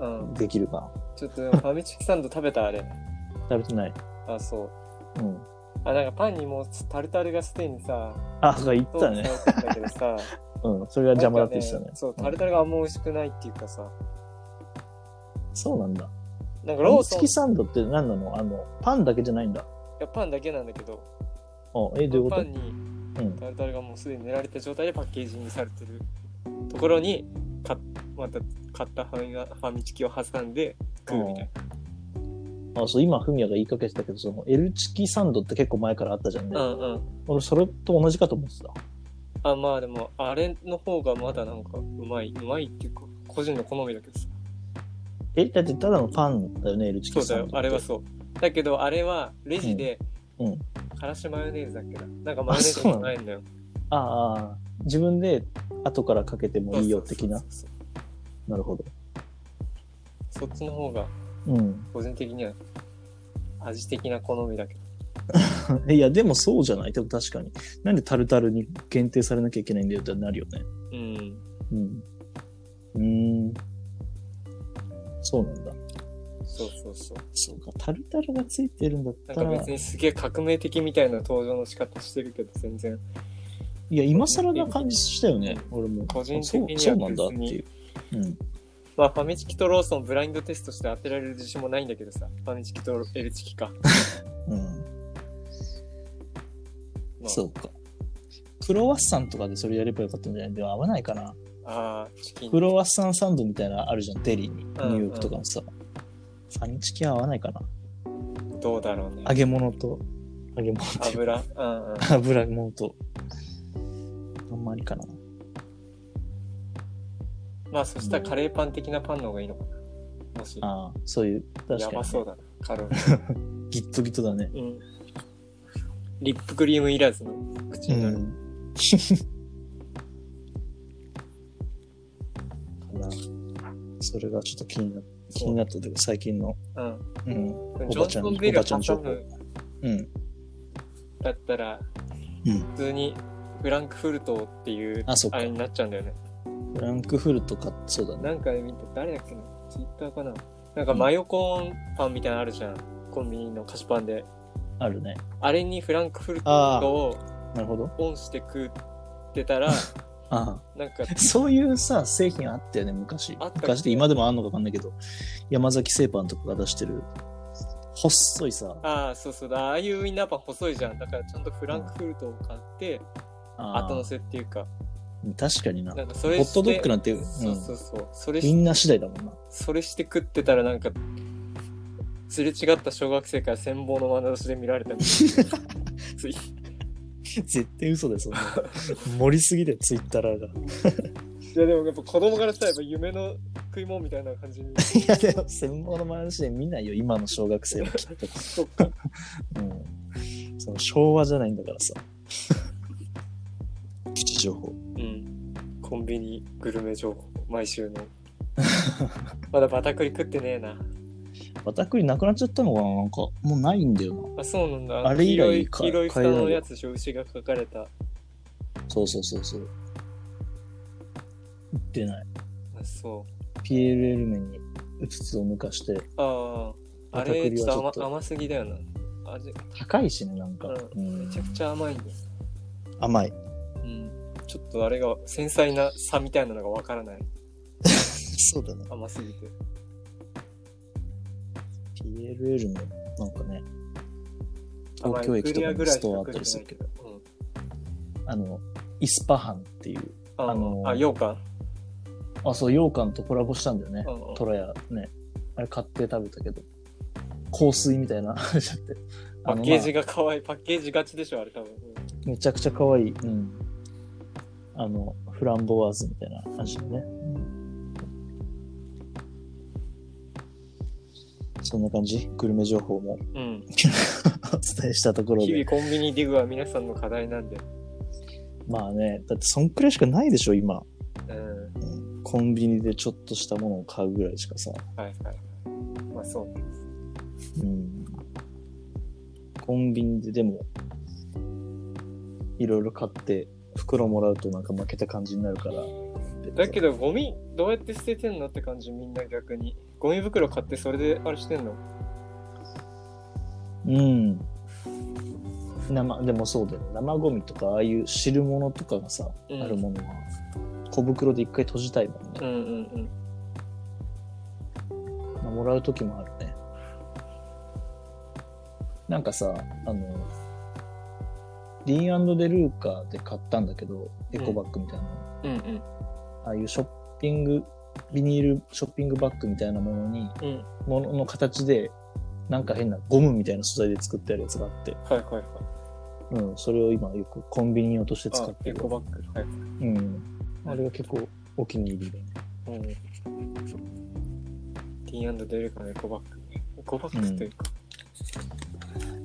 A: うん。
B: できるか
A: ちょっとでもファミチキサンド食べたあれ。
B: な。食べてない。
A: あ、そう。
B: うん。
A: あ、なんかパンにもうタルタルがすでにさ、
B: あ、そうか、言って
A: ど
B: た
A: うし
B: ね。
A: たんだけどさ、
B: うん。それ が邪魔だって言ってた
A: なん
B: ね
A: か。そう、タルタルがあんま美味しくないっていうかさ、
B: そうなんだ。
A: なんか
B: ファ
A: ロー
B: ミ
A: ソ
B: チ
A: ン、
B: キ
A: い
B: サンドって何なのあの、パンだけじゃないんだ。
A: やパンだけなんだけど、
B: あえ、どういうこ
A: パ
B: と
A: ンに
B: うん。
A: タルタルがもうすでに練られた状態でパッケージにされてるところに、かまた買ったファミマファミチキを挟んで食うみたい
B: あ、そう、今、フミヤが言いかけてたけど、その、L チキサンドって結構前からあったじゃんね。
A: な。うんうん。
B: 俺、それと同じかと思ってた。
A: あ、まあでも、あれの方がまだなんかうまい、うまいっていうか、個人の好みだけどさ。
B: え、だってただのパンだよね、L チ
A: そ
B: キ
A: うだ
B: サンド
A: よ
B: っ、て。
A: あれはそう。だけど、あれはレジで、
B: うんうん
A: からしマヨネーズだっけな。なんかマヨネーズじゃないんだよ。
B: ああ、自分で後からかけてもいいよ的な
A: そう。そうそう
B: なるほど。
A: そう。そっちの方が、
B: うん。
A: 個人的には味的な好みだけど。
B: いや、でもそうじゃない。でも確かに。なんでタルタルに限定されなきゃいけないんだよってなるよね。
A: うん。
B: うん。うーん。そうなんだ。
A: そうそうそう。
B: そうか。タルタルがついてるんだっ
A: な
B: た
A: んから別、にすげえ革命的みたいな登場の仕方してるけど、全然。
B: いや、今更な感じしたよね。俺も。
A: 個人的
B: そう
A: には
B: そうなんだっていう。うん。
A: まあ、ファミチキとローソンブラインドテストして当てられる自信もないんだけどさ。ファミチキとエルチキか。
B: うん。
A: まあ、。
B: そううか。クロワッサンとかでそれやればよかったんじゃないでも合わないかな。
A: ああ、チキン。
B: クロワッサンサンドみたいなのあるじゃん、デリーに。ニューヨークとかもさ。ファミチキは合わないかな。
A: どうだろうね
B: 揚。げ物と、揚げ物 というか
A: 油。うんうん。
B: 油物と。あんまりかな。
A: まあそしたらカレーパン的なパンの方がいいのかな。もし、
B: ああ、そういう、確
A: や
B: か
A: ば
B: に、
A: そうだな。カロリ
B: ギットギットだね。
A: ー。うん。リップクリームいらずの口
B: う
A: になる。
B: ん。かな。それがちょっと気になっ気になったというか、最近の、
A: うん。
B: うん、
A: ジョンソンビール挟む
B: うん。
A: だったら、
B: うん
A: 普通にフランクフルトっていう
B: あそっか
A: あれになっちゃうんだよね。
B: フランクフルトか、そうだね。
A: なんかね見て、誰だっけなツイッターかななんかマヨコーンパンみたいなのあるじゃん。コンビニの菓子パンで。
B: あるね。
A: あれにフランクフルトを
B: なるほど。
A: オンして食ってたら、
B: ああ。
A: なんか、
B: そういうさ、製品あったよね、昔。
A: あったっけ
B: 昔って今でもあんのかわかんないけど、山崎製パンとかが出してる、細いさ、
A: ああ、そうそうだ。ああいうウインナーパン細いじゃん。だからちゃんとフランクフルトを買って、
B: あ
A: 後乗せっていうか、
B: ー確かにな。ホ
A: な
B: ッ
A: んかそれして。
B: トドッグなんて、うん
A: そうそうそう。それ
B: み
A: し、
B: んな次第だもんな。
A: それして食ってたらなんか、すれ違った小学生から羨望の眼差しで見られたみたいな つい
B: 絶対嘘だよ、そ んな。盛りすぎで、ツイッターが。
A: いやでもやっぱ子供からしたらやっぱ夢の食い物みたいな感じに。
B: いや、でも、専門の話で見ないよ、今の小学生はきっと。
A: そっか。
B: うん。その昭和じゃないんだからさ。 プチ情報。
A: うん。コンビニグルメ情報、毎週 の。まだバタクリ食ってねえな。
B: バクリなくなっちゃったのかななんか、もうないんだよな。
A: あ、そうなんだ。
B: あれ以来
A: 黄色い、
B: か
A: 黄色い蓋
B: 買えない
A: の
B: よ
A: やつでしょ、牛が書かれた。
B: そうそうそうそう。売ってない。
A: あそう。
B: PLL 面にうつつを抜かして、
A: ああ、あ
B: 片
A: れ
B: 栗
A: ちょ
B: は
A: っ
B: ち
A: と甘
B: ょっと
A: 甘すぎだよな。味、
B: 高いしね、なんか。
A: う
B: うん
A: めちゃくちゃ甘いんです。
B: 甘い。
A: うん。ちょっとあれが、繊細な差みたいなのがわからない。
B: そうだね。
A: 甘すぎて。
B: PLL も、なんかね、
A: 甘
B: 東
A: い
B: 京駅と
A: クリ
B: か
A: アぐ
B: に
A: らい
B: ス
A: しか
B: トアあっ
A: 食え
B: たり
A: て
B: す
A: ない
B: るけ
A: け
B: ど、
A: ど。うん。
B: あの、イスパハンっていう、
A: あ
B: あのー
A: あ、羊羹
B: あ、そう、羊羹とコラボしたんだよね
A: う。んうん
B: トラヤね。あれ買って食べたけど、香水みたいな話だって。
A: パ
B: あの
A: ッケージ
B: ま
A: が可愛い。パッケージがちでしょ、あれ多分。
B: あめちゃくちゃ可愛い。うん。あの、フランボワーズみたいな味だね。そんな感じグルメ情報も
A: うん。
B: お伝えしたところ
A: 日
B: で
A: 々。コンビニディグは皆さんの課題なんで。
B: まあね、だってそんくらいしかないでしょ、今。
A: うん。
B: うんコンビニでちょっとしたものを買うぐらいしかさ。
A: はいはい。まあそうね。
B: うんコンビニででも、いろいろ買って、袋もらうとなんか負けた感じになるから。
A: だけ
B: ど、
A: ど、ゴミ、どうやって捨ててんのって感じ、みんな逆に。ゴミ袋買って、それであれしてんの
B: うん。生、でもそうだよね。生ゴミとか、ああいう汁物とかがさ、
A: うん
B: あるものは、小袋で一回閉じたいもんね
A: う。んうん
B: まあもらう時もあるね。なんかさ、あの、ディーンデルーカで買ったんだけど、エコバッグみたいなの。
A: うん。うんうん。
B: ああいうショッピング、ビニールショッピングバッグみたいなものに、
A: うん。
B: ものの形で、なんか変なゴムみたいな素材で作ってあるやつがあって、
A: はいはいはい。
B: うん、それを今よくコンビニ用として使
A: あ
B: っ、て
A: エ
B: る
A: コ。バッグ。はい。
B: うん。あれは結構お気に入りで。
A: うん。ディーンデルカのエコバッグ。エコバッグっていうか。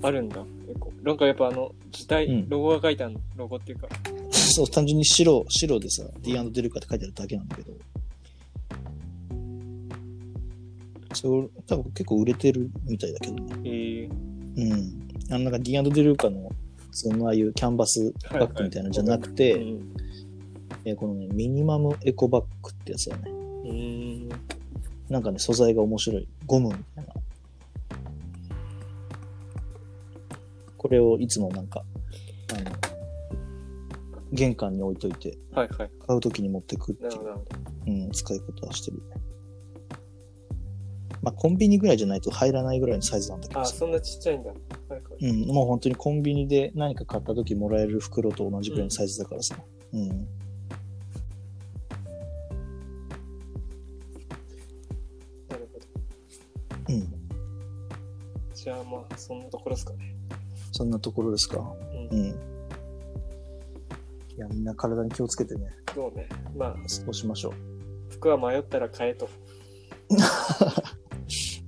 A: あるんだ。エコ。なんかやっぱあの、字体、
B: うん
A: ロゴが書いてあるの。ロゴっていうか。
B: そう、単純に白、白でさ、D& デルカって書いてあるだけなんだけど。そう、多分結構売れてるみたいだけどね。
A: えー、
B: うん。あの、なんか D& デルカの、そのああいうキャンバスバッグみたいなのじゃなくて、
A: うん。
B: えーこのね、ミニマムエコバッグってやつだね。
A: うーん。
B: なんかね、素材が面白い。ゴムみたいな。これをいつもなんか、あの、玄関に置いといて、
A: はいはい。
B: 買うときに持ってくってい
A: なるほど
B: う、
A: なるほど。
B: うん、使い方はしてる。まあ、コンビニぐらいじゃないと入らないぐらいのサイズなんだけど
A: あ、
B: さ
A: そんなちっちゃいんだ。はいはい。
B: うん、もう本当にコンビニで何か買った時もらえる袋と同じくらいのサイズだからさ。うん。
A: なるほど。
B: うん。
A: じゃあまあ、そんなところですかね。
B: そんなところですか。
A: うん
B: う。ん。いや、みんな体に気をつけてね、
A: そうね。まあ、
B: そうしましょう。
A: 服は迷ったら買えと。
B: 猪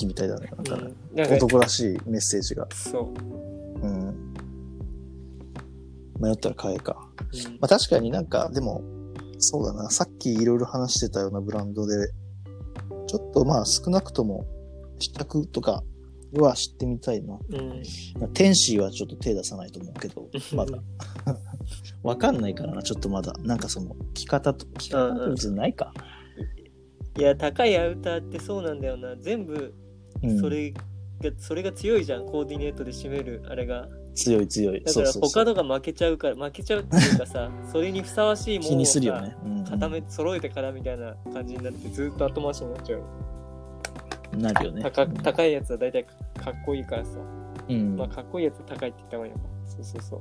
B: 木みたいだね。なんかね、
A: なんか
B: 男らしいメッセージが。
A: そう。
B: うん。迷ったら買えか。
A: うん
B: まあ確かになんか、でも、そうだな。さっきいろいろ話してたようなブランドで、ちょっとまあ少なくとも、試着とかは知ってみたいな。
A: うん
B: まあ天使はちょっと手出さないと思うけ ど、まだ。わかんないからな、ちょっとまだ。なんかその、着方と、着方と別にないか。
A: いや、高いアウターってそうなんだよな。全部、
B: うん、
A: それが、それが強いじゃん。コーディネートで締める、あれが。
B: 強い強い。
A: だか
B: そう
A: ら、
B: そう
A: 他
B: そう
A: のが負けちゃうから、負けちゃうっていうか さ、それにふさわしいも
B: 気
A: のを
B: にするよ
A: さ
B: ね。うんうん
A: 固め、揃えてからみたいな感じになって、ずっと後回しになっちゃう。
B: なるよね。
A: 高高いやつは大体かかっこいいからさ。
B: うん
A: まあ、かっこいいやつは高いって言った方がいいのか。そうそうそう。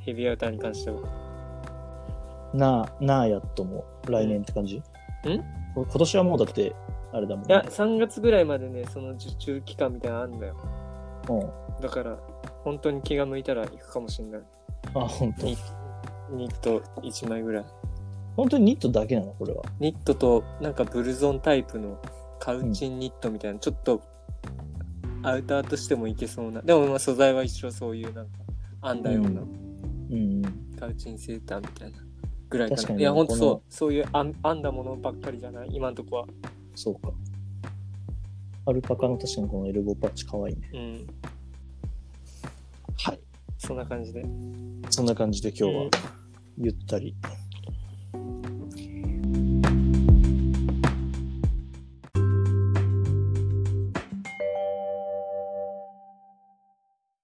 A: ヘビーアウターに関しては。
B: なあ、なあやっとも、来年って感じ
A: うん
B: こ今年はもうだって、あれだもん、
A: いや、3月ぐらいまでね、その受注期間みたいなのあんだよ。
B: うん。
A: だから、本当に気が向いたら行くかもしれない。
B: あ、本当。
A: ニニット1枚ぐらい。
B: 本当にニットだけなのこれは。
A: ニットと、なんかブルゾンタイプのカウチンニットみたいな、ちょっと、アウターとしてもいけそうな。でも、まあ素材は一緒そういう、なんか、編んだような、
B: うん。
A: カウチンセーターみたいな。ぐらいか
B: 確
A: な。
B: かに
A: いや、ほんとそ
B: こ
A: う。そういう編編んだものばっかりじゃない。今んとこは。
B: そうか。アルパカの確かにこのエルボーパッチ可愛いね。
A: うん。
B: はい。
A: そんな感じで。
B: そんな感じで今日は、ゆったり